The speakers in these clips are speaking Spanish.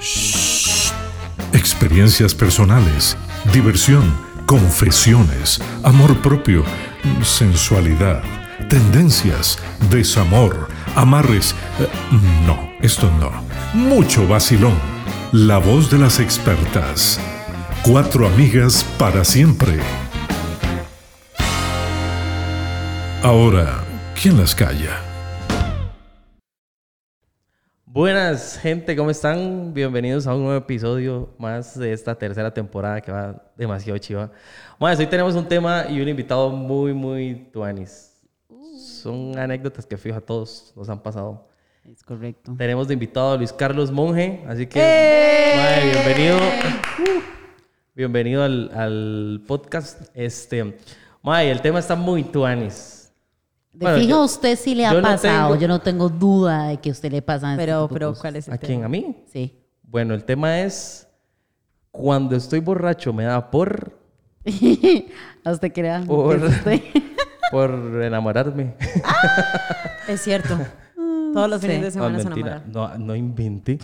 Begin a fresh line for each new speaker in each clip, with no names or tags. Shh. Experiencias personales, diversión, confesiones, amor propio, sensualidad, tendencias, desamor, amarres. eh, No, esto no. Mucho vacilón. La voz de las expertas. Cuatro amigas para siempre. Ahora, ¿quién las calla?
Buenas, gente, ¿cómo están? Bienvenidos a un nuevo episodio más de esta tercera temporada que va demasiado chiva. Bueno, hoy tenemos un tema y un invitado muy, muy tuanis. Son anécdotas que fijo a todos nos han pasado.
Es correcto.
Tenemos de invitado a Luis Carlos Monge, así que mae, bienvenido. Uh, Bienvenido al, al podcast. Este, mae, el tema está muy tuanis.
De
Bueno,
fijo,
yo-
a usted sí le ha
yo no
pasado.
tengo-
Yo no tengo duda de que a usted le pasan. este
Pero,
tipo de
pero,
cosas.
¿cuál es el
Ah, ¿A
tema?
quién? ¿A mí?
Sí.
Bueno, el tema es cuando estoy borracho me da por
a usted que le da-
Por-
es usted.
por enamorarme.
Es cierto. Todos los fines de
No,
semana se
Ah, mentira.
enamoran.
No, no inventé.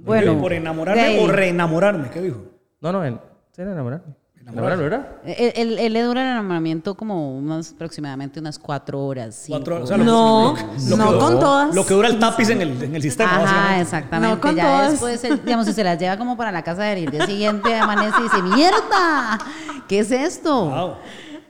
Bueno,
Por enamorarme
de ahí.
o reenamorarme, ¿qué dijo?
No, no, en, era enamorarme. Enamorarme, ¿verdad?
Él, él- él le dura el enamoramiento como unas, aproximadamente unas cuatro horas. cinco.
Cuatro- o sea, lo-
No,
lo que-
no con todas.
Lo que dura el tapiz en el, en el sistema,
Ajá,
básicamente.
exactamente.
No con
ya
todas.
después, el- digamos, si se las lleva como para la casa del día siguiente, amanece y dice, ¡mierda! ¿Qué es esto?
Wow.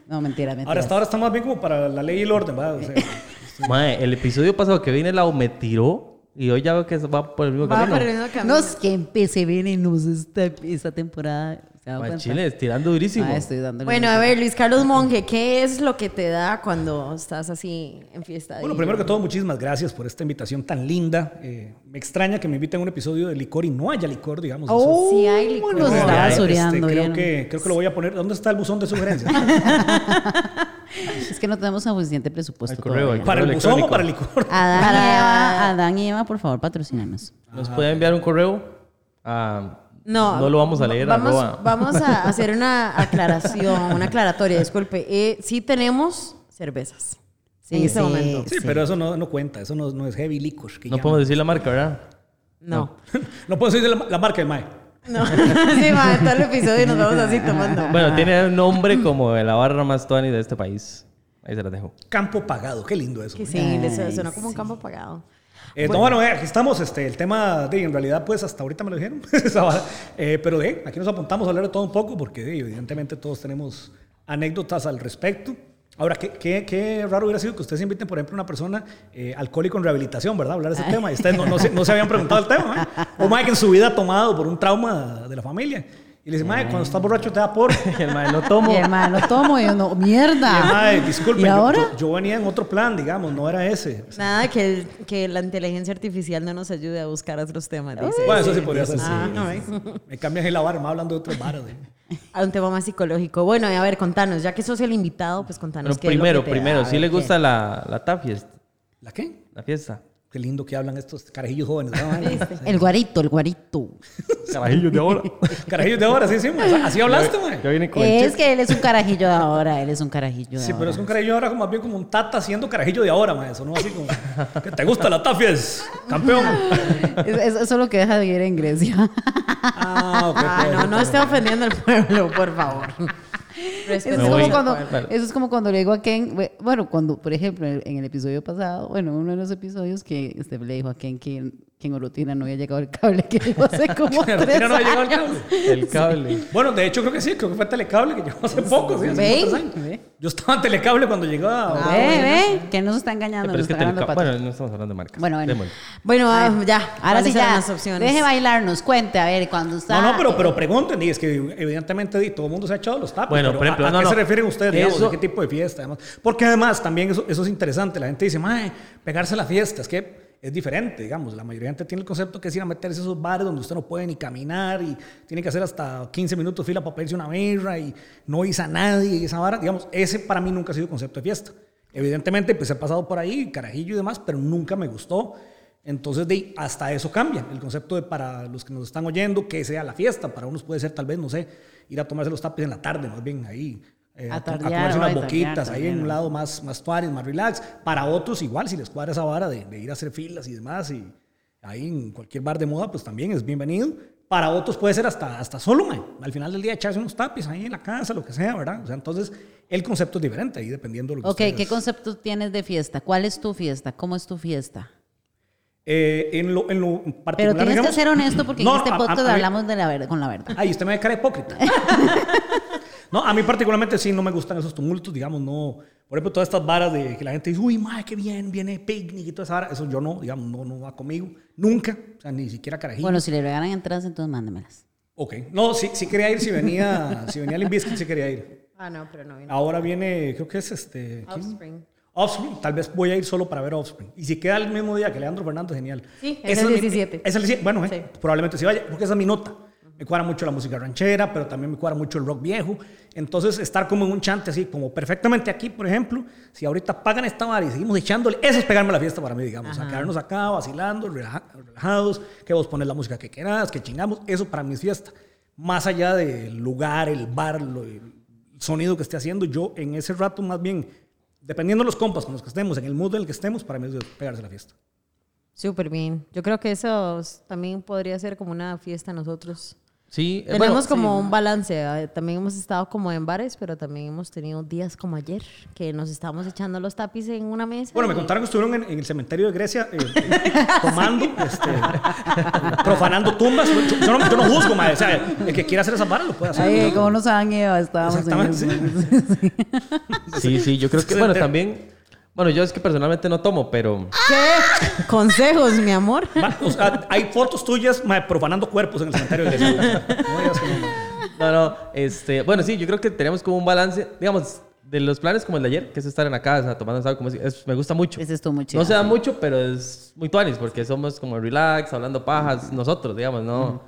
No, mentira, mentira.
Ahora, hasta ahora está más bien como para la ley y el orden, ¿verdad? O sea,
Mae, el episodio pasado que vine la me tiró y hoy ya veo que va por el mismo
va
camino.
por el mismo camino.
No, es que empecé venenos esta, esta temporada. ¿Se da
Mae,
cuenta?
Chile, tirando durísimo.
Ah, estoy dándole
Bueno,
mucho.
a ver, Luis Carlos Monge, ¿qué es lo que te da cuando estás así en fiesta?
bueno, primero que todo, muchísimas gracias por esta invitación tan linda. Eh, me extraña que me inviten a un episodio de licor y no haya licor, digamos. eso.
Sí, hay licor.
nos
Pero,
está
eh,
basureando,
creo,
¿vieron?
que, creo que lo voy a poner. ¿Dónde está el buzón de sugerencias?
Es que no tenemos suficiente presupuesto.
Al correo,
todavía.
al
¿Para el
Correo
buzón o
electrónico.
para el licor?
Ah,
Adán, y Eva, Adán y Eva, por favor, patrocínanos.
Nos puede enviar un correo. a-
No,
no lo vamos a leer.
Vamos,
arroba.
vamos a hacer una aclaración, una aclaratoria, disculpe. Eh, sí tenemos cervezas.
Sí,
en este
sí.
momento.
Sí, pero eso no, no cuenta. Eso no, no es heavy licor. que
No
llaman.
podemos decir la marca, ¿verdad?
No.
no puedo decir la, la marca del MAE.
No. sí, va, todo el episodio nos vamos así tomando.
Bueno, tiene un nombre como de la barra más tuani de este país. Ahí se la dejo.
Campo pagado. Qué lindo eso.
Que
¿eh?
sí,
Ay,
les suena como un campo apagado.
Eh, no, bueno, eh, aquí estamos. Este, el tema de, en realidad, pues hasta ahorita me lo dijeron. esa vara. Eh, pero de, aquí nos apuntamos a hablar de todo un poco porque de, evidentemente todos tenemos anécdotas al respecto. Ahora, qué, qué- qué raro hubiera sido que ustedes inviten, por ejemplo, a una persona eh, alcohólico en rehabilitación, ¿verdad? Hablar
Ah.
de ese tema. Y ustedes no, no se, no se habían preguntado el tema. ¿eh? O más que en su vida ha tomado por un trauma de la familia. Y le dice, madre, cuando estás borracho te da por...
El mae, no tomo.
Y además, lo tomo y yo no, mierda.
Madre, disculpen,
¿Y
yo-
ahora?
Yo, yo venía en otro plan, digamos, no era ese.
Nada que, el- que la inteligencia artificial no nos ayude a buscar otros temas. dice.
Bueno, eso sí podría ser.
Ah,
sí.
no, ¿eh?
Me cambias el lavar, me va hablando de otras varas. ¿eh?
A un tema más psicológico. Bueno, y a ver, contanos, ya que sos el invitado, pues
Pero
contanos. qué es lo
primero,
que te
primero,
da, a
si
ver,
le
qué.
gusta la, la tap fiesta.
¿La qué?
La fiesta.
Qué lindo que hablan estos carajillos jóvenes. ¿no?
El guarito, el guarito.
Carajillos de ahora.
carajillos de ahora, sí, sí, ma. así hablaste, man.
Ya viene con el
Es que él es un carajillo de ahora, él es un carajillo de
Sí, pero
ahora.
es un carajillo ahora como más bien como un tata haciendo carajillo de ahora, man. Eso no así como que te gusta la tafies, campeón.
Es- es- eso es lo que deja de vivir en Grecia.
Ah, ok,
Ah,
pues.
no, no esté ofendiendo al pueblo, por favor.
Eso es,
Me
como
voy.
cuando,
Vale.
eso es como cuando le digo a Ken, we- bueno, cuando, por ejemplo, en en el episodio pasado, bueno, uno de los episodios que este, le dijo a Ken que, que en Orotina no había llegado el cable que llegó hace como tres
En Orotina no había llegado el
años.
El cable.
Bueno, de hecho creo que sí, creo que fue Telecable que llegó hace poco. Sí, hace
¿Ve?
como tres años. Yo estaba en Telecable cuando llegaba.
Ve, ve, que nos está engañando,
Pero
Ah, nos
es que
está agarrando
Telecom-
patas.
Bueno, no estamos hablando de marcas.
Bueno, bueno.
Démosle.
Bueno, ah, ya.
Ahora sí
¿cuáles eran
ya,
las opciones?
deje bailarnos, cuente, a ver, cuando está...
Ah,
No, no, pero, pero pregunten, y es que evidentemente di, todo el mundo se ha echado los tapos.
Bueno,
pero
por ejemplo,
¿a, a
no,
qué
no.
se refieren ustedes? digamos?
Eso-
¿De ¿Qué tipo de fiesta? Además? Porque además también eso, eso es interesante. La gente dice, mae, pegarse a la fiesta, es que es diferente, digamos. La mayoría de gente tiene el concepto que es ir a meterse a esos bares donde usted no puede ni caminar y tiene que hacer hasta 15 minutos fila para pedirse una birra y no hizo a nadie y esa vara. Digamos, ese para mí nunca ha sido concepto de fiesta. Evidentemente, pues he pasado por ahí, carajillo y demás, pero nunca me gustó. Entonces, de, ahí hasta eso cambia. El concepto de para los que nos están oyendo, que sea la fiesta. Para unos puede ser, tal vez, no sé, ir a tomarse los tapis en la tarde, más bien ahí. eh, a,
A
to- a
tardear, o
comerse unas
a tardear
boquitas, ahí
también,
en
¿no?
un lado más, más tuanes, más relax. Para otros, igual, si les cuadra esa vara de, de ir a hacer filas y demás y, Ahí en cualquier bar de moda, pues también es bienvenido. Para otros puede ser hasta, hasta solo, mae. Al final del día echarse unos tapis ahí en la casa, lo que sea, ¿verdad? O sea, entonces el concepto es diferente ahí dependiendo de lo que
Ok, ¿qué
ustedes-
concepto tienes de fiesta? ¿Cuál es tu fiesta? ¿Cómo es tu fiesta?
Eh, en, lo, en lo particular,
Pero tienes
digamos-
que ser honesto porque
No,
en este
a- a-
podcast
a mí-
hablamos de la ver- con la verdad.
Ay, usted me ve cara de hipócrita. no, a mí particularmente sí no me gustan esos tumultos, digamos, no. Por ejemplo, todas estas varas de que la gente dice, uy, madre, qué bien, viene picnic y toda esa vara. Eso yo no, digamos, no, no va conmigo. Nunca. O sea, ni siquiera carajillo.
Bueno, si le regalan entradas, entonces mándamelas.
Ok. No, sí, sí quería ir, si venía, si venía Limp Bizkit, sí quería ir.
Ah, no, pero no vino.
Ahora viene, creo que es este. ¿quién?
Offspring.
Offspring, tal vez voy a ir solo para ver Offspring. Y si queda el mismo día que Leandro Fernández, genial.
Sí, es
Esa
el
mi-
17.
es el 17. Bueno, eh,
Sí.
probablemente sí vaya, porque esa es mi nota. Me cuadra mucho la música ranchera, pero también me cuadra mucho el rock viejo. Entonces, estar como en un chante así, como perfectamente aquí, por ejemplo, si ahorita pagan esta vara y seguimos echándole, eso es pegarme a la fiesta para mí, digamos. A quedarnos acá vacilando, relaja- relajados, que vos pones la música que querás, que chingamos. Eso para mí es fiesta. Más allá del lugar, el bar, lo- el sonido que esté haciendo, yo en ese rato más bien, dependiendo de los compas con los que estemos, en el mood en el que estemos, para mí es pegarse a la fiesta.
Súper bien. Yo creo que eso s- también podría ser como una fiesta nosotros.
Sí, eh, bueno,
Tenemos como
sí.
un balance. ¿eh? También hemos estado como en bares, pero también hemos tenido días como ayer, que nos estábamos echando los tapis en una mesa.
Bueno, me
y-
contaron que estuvieron en, en el cementerio de Grecia eh, eh, tomando, este, profanando tumbas. Yo, yo no, yo no juzgo, madre. O sea, el que quiera hacer esa vara lo puede hacer.
Ay, como nos saben, Eva, estábamos en
Exactamente,
el-
Sí, sí, yo creo que.
Sí,
Bueno,
de-
también. Bueno, yo es que personalmente no tomo, pero.
¿Qué? Consejos, mi amor.
Va, o sea, hay fotos tuyas, madre, profanando cuerpos en el cementerio de Grecia. No digas que no, madre.
No, no. Este, bueno, sí, yo creo que tenemos como un balance, digamos, de los planes como el de ayer, que es estar en la casa, tomando algo, como si- es- me gusta mucho.
Ese estuvo muy chido.
No se da mucho, pero es muy tuanis, porque somos como relax, hablando pajas, nosotros, digamos, no.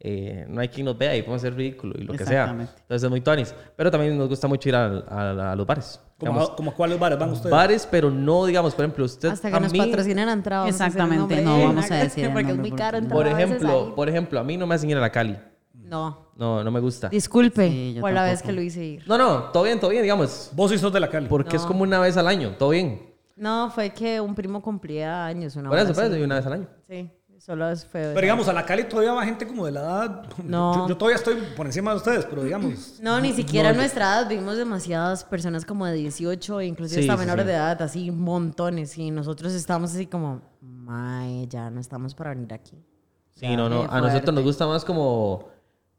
eh, no hay quien nos vea y podemos ser ridículo y lo que sea.
Exactamente.
Entonces es muy tuanis. Pero también nos gusta mucho ir al- al- a, los bares.
Como,
digamos,
a- como a cuáles bares van ustedes.
bares, pero no, digamos, por ejemplo, usted
Hasta
a
que nos
mí-
patrocinen entrada. vamos a hacer el
Exactamente,
nombre.
no
Eh,
vamos a decir el
Porque es
nombre,
muy caro entrar
Por
a veces
ejemplo,
ahí.
por ejemplo, a mí no me hacen ir a la Cali.
No.
No, no me gusta.
Disculpe
Sí, yo
por la vez
tampoco.
que lo hice ir.
No, no, todo bien, todo bien, digamos.
Vos sí sos de la Cali.
Porque es
No.
como una vez al año, todo bien.
No, fue que un primo cumplía años. Una
por
hora
eso, por
así.
eso, y una vez al año.
Sí, solo es- fue.
Pero digamos, a la Cali todavía va gente como de la edad.
No. Mm.
Yo, yo todavía estoy por encima de ustedes, pero digamos.
No, ni siquiera en nuestra edad vimos demasiadas personas como de 18, inclusive
Sí,
hasta
sí,
menores
sí.
de edad, así montones. Y nosotros estábamos así como, mae, ya no estamos para venir aquí.
Sí, no, no.
qué
A nosotros
fuerte.
nos gusta más como.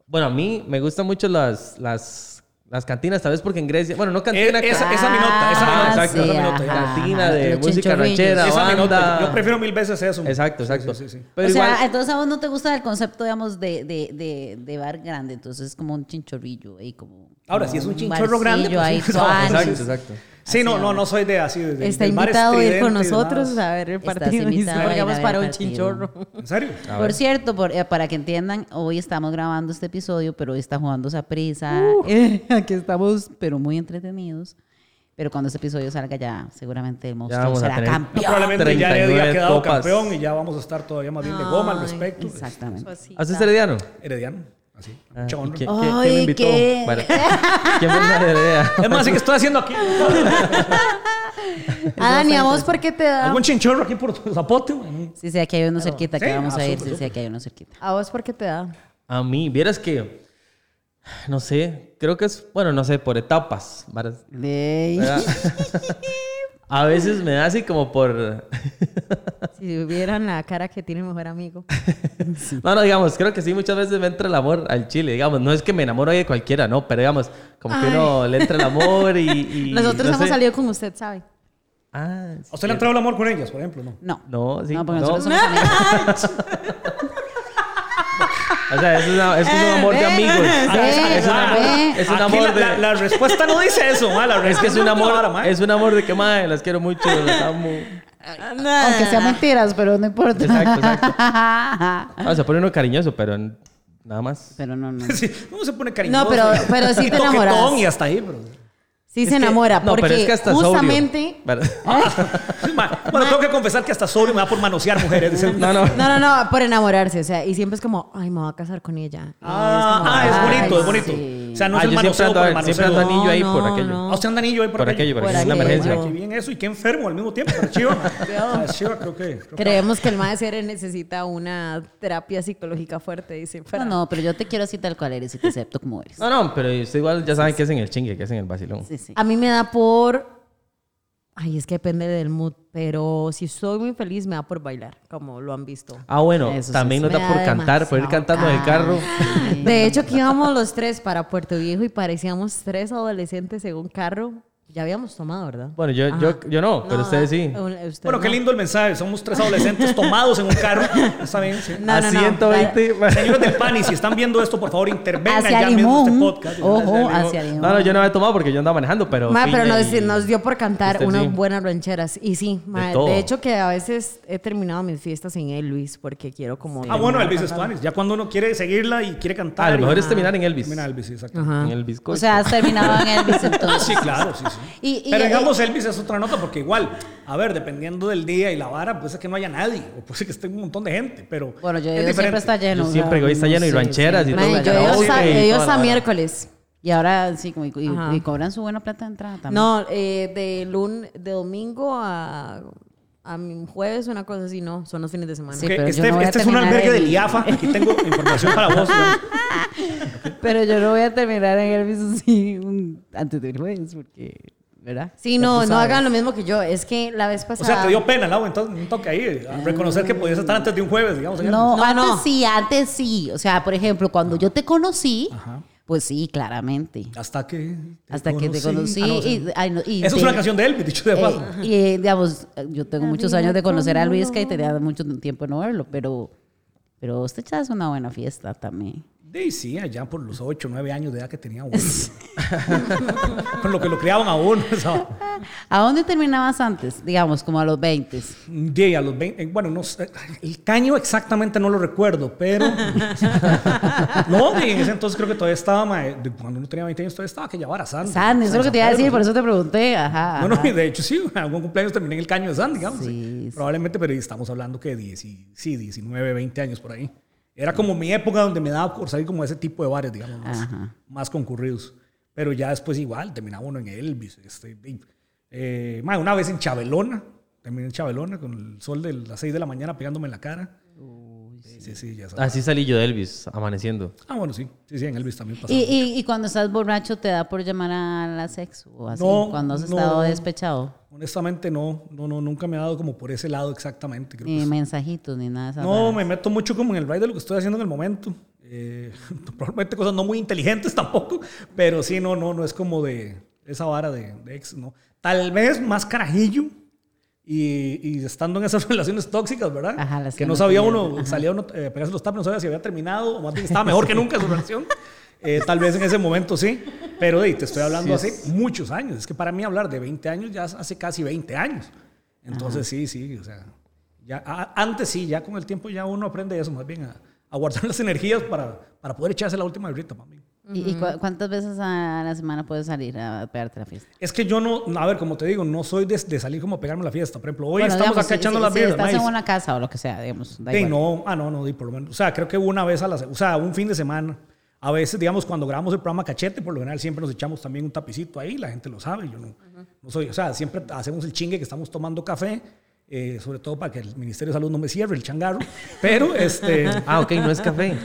Bueno, a mí me gustan mucho las, las, las cantinas, tal vez porque en Grecia. Bueno, no
Eh,
cantina.
esa,
ca-
esa es mi nota, esa es mi nota.
Ah,
exacto, esa es mi
sí,
nota.
ajá.
cantina de
Los
música
chinchorrillos.
ranchera,
Esa es mi nota.
banda.
Yo prefiero mil veces eso.
Exacto,
Sí,
exacto.
sí, sí, sí.
Pero
o
igual.
sea, entonces a vos no te gusta el concepto, digamos, de, de, de, de bar grande. Entonces es como un chinchorrillo ahí, como...
Ahora,
como
si es un chinchorro grande,
barcillo
pues,
ahí,
sí.
tuanis.
exacto, exacto.
Sí, no,
Así
no,
habla.
no soy de así. De,
Está
del bar
invitado a ir con
estridente y
nosotros
demás.
a ver el
Estás
partido. Y si
invitado a ir a
llegamos
ver
para
el
un
partido.
chinchorro.
¿En serio?
Ah,
A
Por
ver.
cierto, por- eh, para que entiendan, hoy estamos grabando este episodio, pero hoy está jugando esa prisa. aquí estamos, pero muy entretenidos. Pero cuando este episodio salga ya, seguramente el monstruo
vamos a
será
tener-
No,
campeón.
probablemente ya
39
Heredia ha quedado
copas.
campeón y ya vamos a estar todavía más bien de goma al
Ay,
respecto.
Exactamente.
¿Haces herediano?
Herediano, así.
Ah, ¿y
mucha honra.
qué- qué-
Ay,
¿Quién me invitó?
qué-
Bueno, ¿Quién me invitó a Heredia?
Es más, ¿sí que estoy haciendo aquí?
Ah, Dani, ¿a vos por qué te da?
¿Algún chinchorro aquí por tu zapote? güey?
Sí, sí, aquí hay uno cerquita que
Sí,
vamos
ah,
a ir.
súper,
Sí, sí, aquí hay uno cerquita.
¿A vos por qué te da?
A mí, vieras que. No sé, creo que es. Bueno, no sé, por etapas. varas-
Ey.
¿verdad? A veces me da así como por.
Si vieran la cara que tiene mi mejor amigo.
No, no, digamos, creo que sí, muchas veces me entra el amor al chile, digamos, no es que me enamoro de cualquiera, no, pero digamos, como que
Ay.
uno le entra el amor y... y
Nosotros
no
hemos
sé.
salido con usted, ¿sabe?
Ah,
¿A usted le ha entrado el amor con ellas, por ejemplo? No.
No.
No, sí,
No, porque
no.
nosotros somos amigos.
o sea, eso es, una- eso es un
Eh,
amor de amigos.
Ah,
Sí,
es un amor-
eh.
Es un
Aquí
amor
la,
de...
la- la respuesta no dice eso, ma, la
es que es un
respuesta
amor,
otra vara, ma.
es un amor de que, madre, las quiero mucho, las amo.
Aunque sean mentiras, pero no importa.
Exacto, Ah, se pone uno cariñoso, pero n- nada más.
pero no, no.
Sí, uno se pone cariñoso.
No, pero- pero sí
Y
te
toquetón
enamoras.
Y hasta ahí, bro.
Sí se enamora,
No,
porque
pero es que hasta sobrio.
justamente...
¿Verdad?
Ah,
Ah.
Sí, ma. Bueno, tengo que confesar que hasta solo me da por manosear mujeres. dice-
No, no.
No, no, no, por enamorarse, o sea, y siempre es como, ay, me voy a casar con ella. Y
Ah, ah,
como,
es
"Ay,
bonito, es
sí".
bonito.
sí.
O sea, no
Ah,
es el
yo siempre
manoseo
ando,
por el
siempre ando
manoseo.
anillo ahí
No,
por
no,
aquello.
no.
Ah, usted anda anillo ahí por,
Por aquello, por
aquello, es una emergencia.
Qué bien eso, y qué enfermo al mismo tiempo, pero chiva. O sea, chiva, creo que. creo que-
Creemos que el maestro necesita una terapia psicológica fuerte, dice.
No, no, pero yo te quiero así tal cual eres y te acepto como eres.
No, no, pero usted igual ya saben que es en el chingue, que es en el vacilón.
Sí, sí.
A mí me da por. Ay, es que depende del mood, pero si soy muy feliz me da por bailar, como lo han visto.
Ah, bueno,
Eso sí,
también
sí.
nos
Me
da
da
por cantar, por ir
demasiado
cantando en el carro.
Ay,
De hecho, que íbamos los tres para Puerto Viejo y parecíamos tres adolescentes según carro. Ya habíamos tomado, ¿verdad?
Bueno, yo, yo, yo no, pero ustedes sí.
eh, ustedes
Bueno, qué
no.
lindo el mensaje. Somos tres adolescentes tomados en un carro. Está bien, sí.
No,
a
no, no.
120.
Señores del PANI, si están viendo esto, por favor, intervengan
hacia
ya mismo este
limón.
podcast.
Ojo, hacia limón.
No, no, yo no había tomado porque yo andaba manejando, pero.
Ma, pero
vine
nos,
y-
nos dio por cantar
Usted
unas
sí.
buenas rancheras. Y sí, ma, de,
todo.
hecho que a veces he terminado mis fiestas sin él, Luis, porque quiero como...
Ah, bueno, Elvis es Panis. Ya cuando uno quiere seguirla y quiere cantar.
Ah, lo mejor
y-
es terminar en Elvis.
Mira, Elvis, sí, exacto. Ah,
Ajá.
En el bizcocho.
O sea, has terminado en Elvis entonces.
Sí, claro, sí, sí.
Y- y-
Pero
y-
digamos, Elvis es otra nota, porque igual, a ver, dependiendo del día y la vara, puede ser que no haya nadie, o puede ser que esté un montón de gente, pero.
Bueno, yo
es
digo, siempre
diferente.
está lleno.
Yo siempre
o
digo,
sea,
está lleno y
sé,
rancheras y
siempre
Ma,
todo,
hay
yo
Ellos
karaoke.
ellos
karaoke
a,
y
ellos
toda la
a
vara.
miércoles.
Y ahora sí, como- y, y-
Ajá.
y cobran su buena plata de entrada también.
No, eh, de, lun- de domingo a, a mi jueves, una cosa así, no, son los fines de semana.
Sí.
Que
pero yo
este
no voy a
este es un
terminar
albergue de
el-
Liafa. Aquí tengo información para vos. ¿no?
Pero yo no voy a terminar en Elvis así un- antes del jueves, porque, ¿verdad?
Sí, no, no hagan lo mismo que yo. Es que la vez
O
pasada...
sea, te
Ah.
dio pena, Lau, entonces un toque ahí. a Reconocer que podías estar antes de un jueves, digamos. en
No,
No,
antes
no.
sí, antes sí. O sea, por ejemplo, cuando yo te conocí, pues sí, claramente.
el- Hasta que.
Hasta que te conocí.
Ah, no, o sea,
y, ay, no, y
Eso
te-
es una canción de Elvis, dicho de
eh,
paso.
y eh, digamos, eh, yo tengo muchos años de conocer a Luisca y tenía mucho tiempo de no verlo, pero, pero usted ya es una buena fiesta también.
Sí, sí, allá por los 8, 9 años de edad que tenía uno. Con lo que lo criaban a uno. ¿sabes?
¿A dónde terminabas antes? Digamos, como a los 20.
De ahí a los 20, eh, bueno, no sé, el caño exactamente no lo recuerdo, pero... no, y en ese entonces creo que todavía estaba, mae, de cuando uno tenía 20 años, todavía estaba aquella vara, Sandy.
San, eso es lo que te iba a decir, por eso te pregunté. Ajá.
No, no,
ajá.
y de hecho sí, en algún cumpleaños terminé en el caño de San, digamos.
Sí, sí.
Probablemente, pero estamos hablando que 10, y- sí, 19, 20 años por ahí. Era como mi época donde me daba por salir como a ese tipo de bares, digamos, más,
Ajá.
más concurridos. Pero ya después igual, terminaba uno en Elvis. Este, y, eh, mae, una vez en Chabelona, terminé en Chabelona con el sol de las 6 de la mañana pegándome en la cara. sí, sí, sí, ya sabes.
Así salí yo de Elvis, amaneciendo.
Ah, bueno, sí, sí, sí, en Elvis también pasó.
Y, y- y cuando estás borracho te da por llamar a la sexo o así,
No,
cuando has
no.
estado despechado.
Honestamente, no, no, no, nunca me ha dado como por ese lado exactamente. Creo que
Ni
es-
mensajitos, ni nada de esas
pues No,
varas.
me meto mucho como en el ride de lo que estoy haciendo en el momento. Eh, probablemente cosas no muy inteligentes tampoco, pero sí, no, no, no es como de esa vara de, de ex, ¿no? Tal vez más carajillo y, y estando en esas relaciones tóxicas, ¿verdad?
Ajá, las
que
que
no
no
sabía
tenían,
uno, salía uno eh, a pegarse los tapas, no sabía si había terminado o más bien estaba mejor que nunca su relación. Eh, tal vez en ese momento sí, pero ey, te estoy hablando
Sí,
hace muchos años. Es que para mí hablar de 20 años ya es hace casi 20 años. Entonces sí, sí, o sea, ya, a- antes sí, ya con el tiempo ya uno aprende eso, más bien a, a guardar las energías para, para poder echarse la última grita, mami.
¿Y, y cu- cuántas veces a la semana puedes salir a pegarte la fiesta?
Es que yo no, a ver, como te digo, no soy de, de salir como a pegarme la fiesta. Por ejemplo, hoy
Bueno,
estamos
digamos,
acá
si-
echando
si-
las
si
birras,
estás
maíz.
en una casa o lo que sea, digamos. da
Sí,
igual.
no, ah, no, no, di por lo menos. O sea, creo que una vez a la semana, o sea, un fin de semana. A veces, digamos, cuando grabamos el programa Cachete, por lo general siempre nos echamos también un tapicito ahí, la gente lo sabe, yo no, no soy, o sea, siempre hacemos el chingue que estamos tomando café, eh, sobre todo para que el Ministerio de Salud no me cierre el changarro, pero este...
Ah, ok, no es café.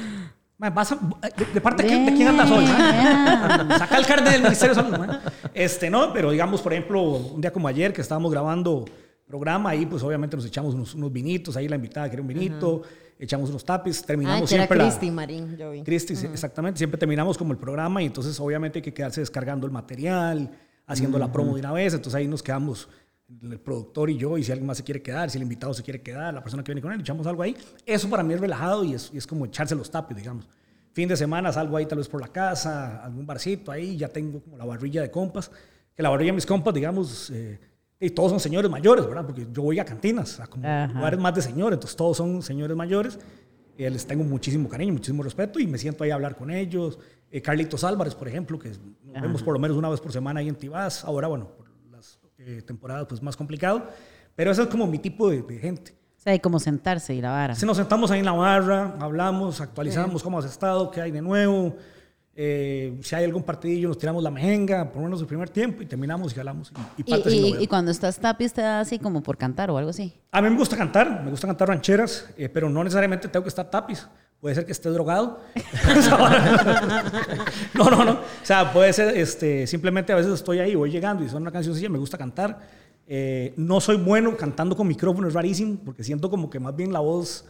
ma, vas a- eh, de, de parte de quién- de quién andas hoy?
Damn.
ma? Saca el carnet del Ministerio de Salud. ma. Este, no, pero digamos, por ejemplo, un día como ayer que estábamos grabando programa, ahí pues obviamente nos echamos unos, unos vinitos, ahí la invitada quería un vinito, echamos unos tapis,
Ah,
terminamos
que era
siempre la-
Cristi Marín, yo vi.
Cristi, sí, exactamente. Siempre terminamos como el programa y entonces obviamente hay que quedarse descargando el material, haciendo la promo de una vez. Entonces ahí nos quedamos el productor y yo y si alguien más se quiere quedar, si el invitado se quiere quedar, la persona que viene con él, echamos algo ahí. Eso para mí es relajado y es, y es como echarse los tapes, digamos. Fin de semana salgo ahí tal vez por la casa, algún barcito ahí, ya tengo como la barrilla de compas. Que la barrilla de mis compas, digamos, eh, y todos son señores mayores, ¿verdad? Porque yo voy a cantinas, a como
Ajá.
lugares más de señores, entonces todos son señores mayores. Eh, les tengo muchísimo cariño, muchísimo respeto y me siento ahí a hablar con ellos. Eh, Carlitos Álvarez, por ejemplo, que nos vemos por lo menos una vez por semana ahí en Tibás. Ahora, bueno, por las eh, temporadas, pues más complicado. Pero ese es como mi tipo de, de gente.
O sea, hay como sentarse y la vara.
Si nos sentamos ahí en la barra, hablamos, actualizamos cómo has estado, qué hay de nuevo. eh, si hay algún partidillo, nos tiramos la mejenga, por lo menos el primer tiempo y terminamos y jalamos. Y, y
Y,
parte sí lo
y-
veo.
y cuando estás tapis te da así como por cantar o algo así.
A mí me gusta cantar, me gusta cantar rancheras, eh, pero no necesariamente tengo que estar tapiz. Puede ser que esté drogado. no, no, no. O sea, puede ser, este, simplemente a veces estoy ahí, voy llegando y son una canción sencilla, me gusta cantar. Eh, no soy bueno cantando con micrófono, es rarísimo, porque siento como que más bien la voz...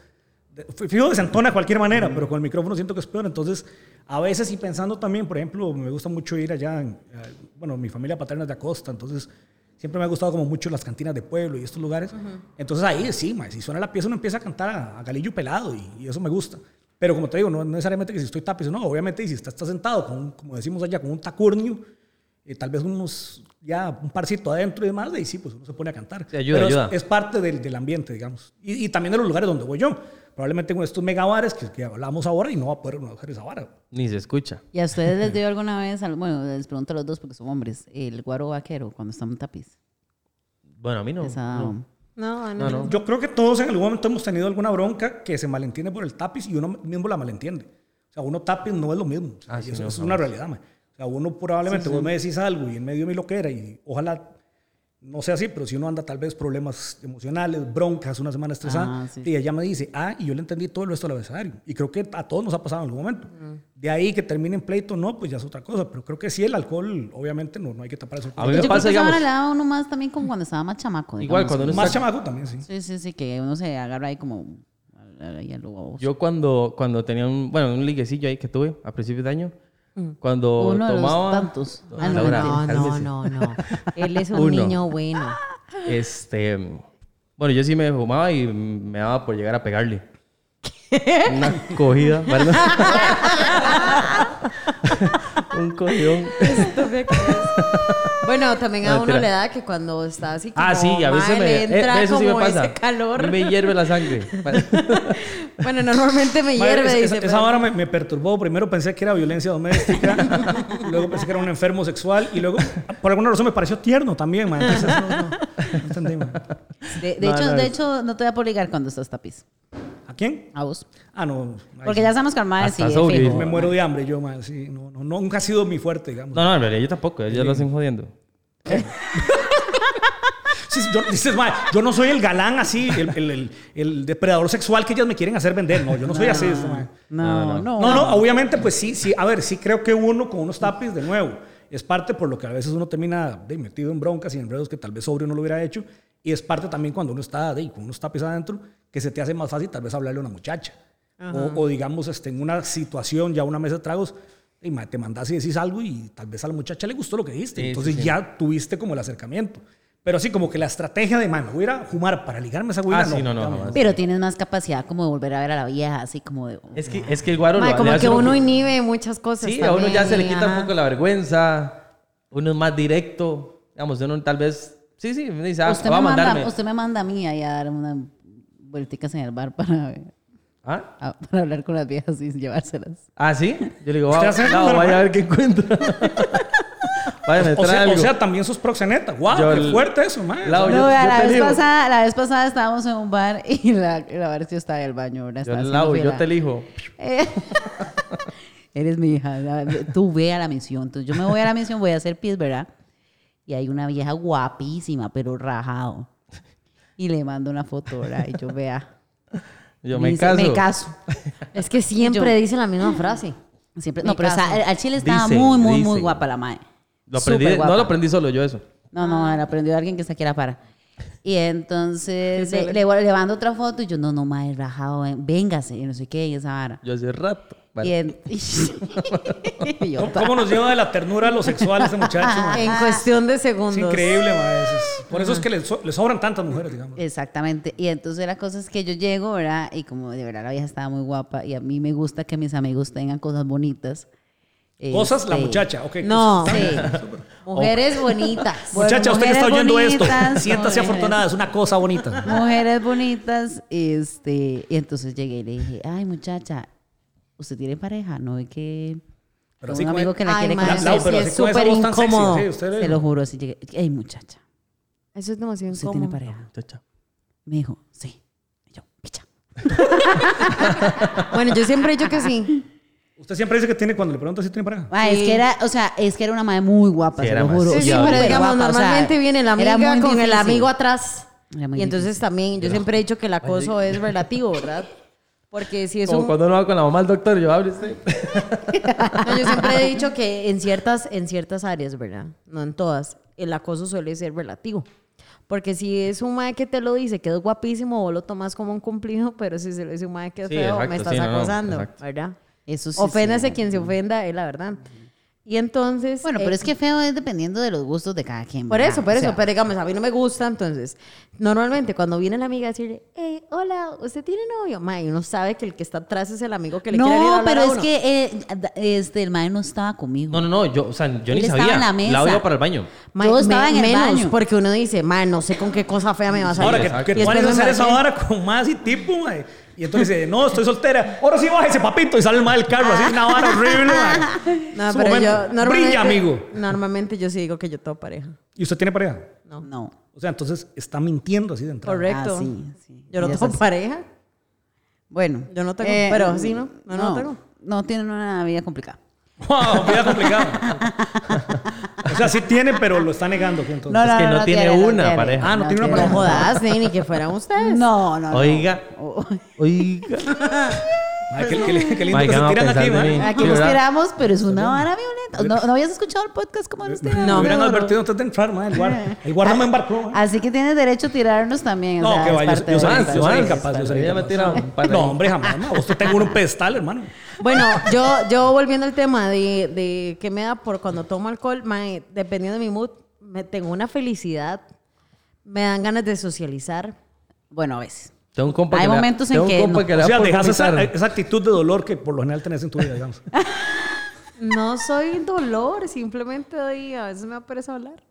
de- Fijo desentona de cualquier manera, pero con el micrófono siento que es peor. Entonces, a veces y pensando también, por ejemplo, me gusta mucho ir allá, en, eh, bueno, mi familia paterna es de Acosta, entonces siempre me ha gustado como mucho las cantinas de pueblo y estos lugares. Entonces ahí sí, mae, si suena la pieza uno empieza a cantar a, a galillo pelado y, y eso me gusta. Pero como te digo, no no necesariamente que si estoy tapiz, no, obviamente y si estás, estás sentado, con, un- como decimos allá, con un tacurnio, eh, tal vez unos, ya un parcito adentro y demás, ahí sí, pues uno se pone a cantar.
Sí, ayuda,
Pero es-
ayuda.
es parte del, del ambiente, digamos. Y, y también de los lugares donde voy yo. Probablemente con estos megabares que, que hablamos ahora y no va a poder uno hacer esa vara.
Ni se escucha.
¿Y a ustedes les dio alguna vez, al- bueno, les pregunto a los dos porque son hombres, el guaro vaquero cuando están en tapiz?
Bueno, a mí no.
Les ha dado-
no.
No, no,
No, no.
Yo creo que todos en algún momento hemos tenido alguna bronca que se malentiende por el tapiz y uno mismo la malentiende. O sea, uno tapiz no es lo mismo. O sea,
Ah,
y
sí,
eso
no,
es una realidad, man. O sea, uno probablemente vos me decís algo y en medio de mi loquera y ojalá no sea así, pero si uno anda tal vez problemas emocionales, broncas, una semana estresada,
Ah, sí.
y ella me dice, ah, y yo le entendí todo el resto del abecedario. Y creo que a todos nos ha pasado en algún momento.
Mm.
De ahí que termine en pleito, no, pues ya es otra cosa. Pero creo que sí, el alcohol, obviamente, no, no hay que tapar eso.
A mí me pasa,
Yo creo que esa
digamos.
vara le daba a uno más también como cuando estaba más chamaco.
Igual,
digamos,
cuando uno
Más
está-
chamaco también, sí.
Sí, sí, sí, que uno se agarra ahí como... ahí a lo baboso.
Yo cuando, cuando tenía un, bueno, un liguecillo ahí que tuve a principios de año,
Mm.
cuando
Uno de los
tomaba...
tantos. Ah, no,
Laura,
No, no,
cálmese.
no, no. Él es un
Uno.
niño bueno.
Este, bueno, yo sí me fumaba y me daba por llegar a pegarle. Una cogida, ¿verdad? un cogidón.
Bueno, también a
No,
uno
mentira.
le da que cuando está así como
Ah, sí, a veces
mal,
me... eh,
entra
eso sí
como
me pasa.
ese calor.
A mí Me hierve la sangre.
Bueno, normalmente me
Madre,
hierve,
esa-
dice.
esa,
pero-
esa vara me, me perturbó. Primero pensé que era violencia doméstica, luego pensé que era un enfermo sexual y luego, por alguna razón, me pareció tierno también, man. Entonces, no, no, no entendí, man.
De, de
No,
hecho,
no,
de
es-
hecho, no te voy a publicar cuando estás tapiz.
¿A quién?
A vos.
Ah, no. ay,
Porque ya sabemos que al mae sí,
Hasta
es
sobrio.
fijo.
Me muero de hambre yo, man. Sí, no, no, no, nunca ha sido mi fuerte, digamos.
No, no, en realidad yo tampoco. Ellos lo hacen jodiendo.
Sí, sí, yo, dices, "Mae, yo no soy el galán así, el, el- el- el depredador sexual que ellas me quieren hacer vender. No, yo no soy así. esto, mae.
No, no.
No, no, obviamente, pues sí, sí. A ver, sí creo que uno con unos tapis, de nuevo, es parte por lo que a veces uno termina de, metido en broncas y en enredos que tal vez sobrio no lo hubiera hecho. Y es parte también cuando uno está de, con unos tapis adentro, que se te hace más fácil tal vez hablarle a una muchacha. O, o digamos, este, en una situación, ya una mesa de tragos, y ma, te mandas y decís algo y tal vez a la muchacha le gustó lo que dijiste.
Sí, sí,
Entonces
sí.
ya tuviste como el acercamiento. Pero así como que la estrategia de, man, me voy a ir a fumar para ligarme a esa güey.
Ah, sí, no, no, jamás.
Pero tienes más capacidad como de volver a ver a la vieja, así como de...
Es que, es que el guaro...
Mae,
lo- le
como
hace
que
lo
uno inhibe muchas cosas.
Sí, a uno ya
también,
se le
y
quita
ajá.
un poco la vergüenza, uno es más directo, digamos, uno tal vez, sí, sí, me dice, ah,
usted,
va a
me
mandarme.
manda, usted me manda a mí ahí a dar unas vuelticas en el bar para,
¿Ah?
a- para hablar con las viejas y llevárselas.
¿Ah, sí? Yo le digo, va,
hace eso,
no,
pero-
vaya a ver qué encuentra. vaya, me
O
trae
sea, o
algo.
sea, también sos proxeneta. ¡Wow!
Yo
¡Qué
el-
fuerte eso, man!
Lau, yo-
No, vea,
yo
la,
te
vez
elijo.
pasada, la vez pasada estábamos en un bar y la, la Barcio estaba en el baño. ¿verdad?
Yo,
Estaba haciendo
Lau, yo
fila.
te elijo.
Eh, Eres mi hija. la- Tú ve a la misión. Entonces yo me voy a la misión, voy a hacer pies, ¿verdad? Y hay una vieja guapísima, pero rajado. Y le mando una foto, ¿verdad? Y yo vea.
Yo me
dice,
caso.
Me caso.
Es que siempre dice la misma frase.
Siempre,
Me
no, pero
caso.
está- al chile estaba
Dicen,
muy, muy, muy
dicen.
guapa la madre.
Lo aprendí,
Súper
no
guapa.
lo aprendí solo yo eso.
No, no, la aprendió alguien que está aquí a la para. Y entonces le, le, le mando otra foto y yo, no, no, madre, rajado, ven- véngase, y no sé qué, y esa vara.
Yo hace rato. Vale.
Y en- y yo,
¿Cómo, cómo nos lleva de la ternura a lo sexual este muchacho? man?
En cuestión de
Es
segundos.
increíble, man. eso es- por eso es que le, so- le sobran tantas mujeres, digamos.
Exactamente. Y entonces la cosa es que yo llego, ¿verdad? Y como de verdad la vieja estaba muy guapa y a mí me gusta que mis amigos tengan cosas bonitas.
Cosas, la
Este,
muchacha. ok.
No,
cosas.
sí. Mujeres bonitas.
Bueno,
muchacha, usted que está
mujeres
oyendo esto,
bonitas,
siéntase
mujeres.
afortunada, es una cosa bonita.
Mujeres bonitas. Este, y entonces llegué y le dije, ay muchacha, ¿usted tiene pareja? No es que tengo
Pero así
un
como-
amigo que la
Ay,
quiere
madre,
conocer.
sí, es
así con esa
súper
voz tan sexy,
incómodo.
sí, usted le-
Se lo juro, así llegué. Ay muchacha,
Eso es demasiado
¿usted
incómodo.
tiene pareja?
Chao, chao.
Me dijo, sí. Y yo, picha.
Bueno, yo siempre he dicho que sí.
Usted siempre dice que tiene, cuando le preguntan si tiene pareja.
Ma, es que era, o sea, es que era una madre muy guapa,
Sí,
se
era
lo
más-
juro.
Sí, sí,
Súper
pero
digamos,
guapa, o sea,
normalmente viene la
era
amiga
muy
con el
difícil.
amigo atrás.
Era muy
Y entonces
difícil.
también, yo siempre he dicho que el acoso es relativo, ¿verdad? Porque si es
Como
un...
cuando uno va con la mamá al doctor, yo hablo usted.
No, yo siempre he dicho que en ciertas, en ciertas áreas, ¿verdad? No en todas. El acoso suele ser relativo. Porque si es un mae que te lo dice que es guapísimo, vos lo tomas como un cumplido, pero si se lo dice un mae que es
Sí,
feo,
exacto,
me estás
sí, no, no,
acosando,
exacto.
¿verdad?
Eso sí,
Oféndase
sí.
quien se ofenda, es la verdad. Y entonces...
Bueno,
eh,
pero es que feo es dependiendo de los gustos de cada quien.
Por
¿verdad?
eso, por
O
eso,
sea,
pero digamos, a mí no me gusta, entonces, normalmente cuando viene la amiga a decirle, hey, hola, ¿usted tiene novio? Mae, uno sabe que el que está atrás es el amigo que le quiere ir a
No,
hablar
pero
a
es
uno.
que eh, da- este, el mae no estaba conmigo.
No, no, no, yo, o sea, yo ni
Él estaba
sabía.
en la mesa.
La iba para el baño.
Mae,
Yo estaba en el
menos,
baño.
porque uno dice, mae, no sé con qué cosa fea me vas a
Ahora,
salir".
que, que
Y
tú
después
vayas a
me
hacer esa
embarqué.
vara con más y tipo, mae. Y entonces dice, no, estoy soltera. Ahora sí, bájese, papito. Y sale el mal del carro, así una vara horrible, mae.
No,
Es un
pero
momento.
yo normalmente,
Brilla, amigo.
Normalmente yo sí digo que yo todo pareja.
Ah,
¿Y usted tiene pareja?
No.
No.
O sea, entonces está mintiendo así de entrada.
Correcto.
Ah, sí, sí.
Yo no
Ella es
tengo
así.
pareja.
Bueno. eh,
Yo no tengo, pero sí, ¿no? No, no,
no
no tengo.
No tienen una vida complicada.
Wow, pues vida complicada. o sea, sí tiene, pero lo está negando. ¿qué entonces?
es que no tiene una pareja.
Ah, no tiene una
No
pareja.
jodas, ni, ni que fueran ustedes.
No, no, no.
Oiga.
O-
Oiga.
Ay, qué, qué- qué lindo
Ay,
que
¿qué
se
van a
tiran
pensar
aquí,
de
mae.
mí?
Aquí
Sí,
nos
¿verdad?
tiramos, pero es una vara violenta. ¿No, no habías escuchado el podcast como nos tiraron?
No, me hubieran
Duro.
advertido antes de entrar, mae. El guarda, el guarda me embarcó. mae.
Así que tienes derecho a tirarnos también. o
No,
sea,
que
es
vaya,
parte
yo Ah,
de-
soy-
Más,
yo soy
más.
incapaz, yo
Ya
soy
me
incapaz.
tiraron un par de-
No, hombre, jamás. mae. Usted tengo un pedestal, hermano.
Bueno, yo, yo volviendo al tema de, de qué me da por cuando tomo alcohol, mae, dependiendo de mi mood, me tengo una felicidad, me dan ganas de socializar.
Bueno, a veces.
Tengo un compa
Hay
que le da-
momentos en
tengo un
que
compa
no.
que le
O
da
sea,
por
dejas esa, eh,
vomitar.
esa actitud de dolor que por lo general tenés en tu vida, digamos.
No soy dolor, simplemente doy, a veces me da pereza hablar.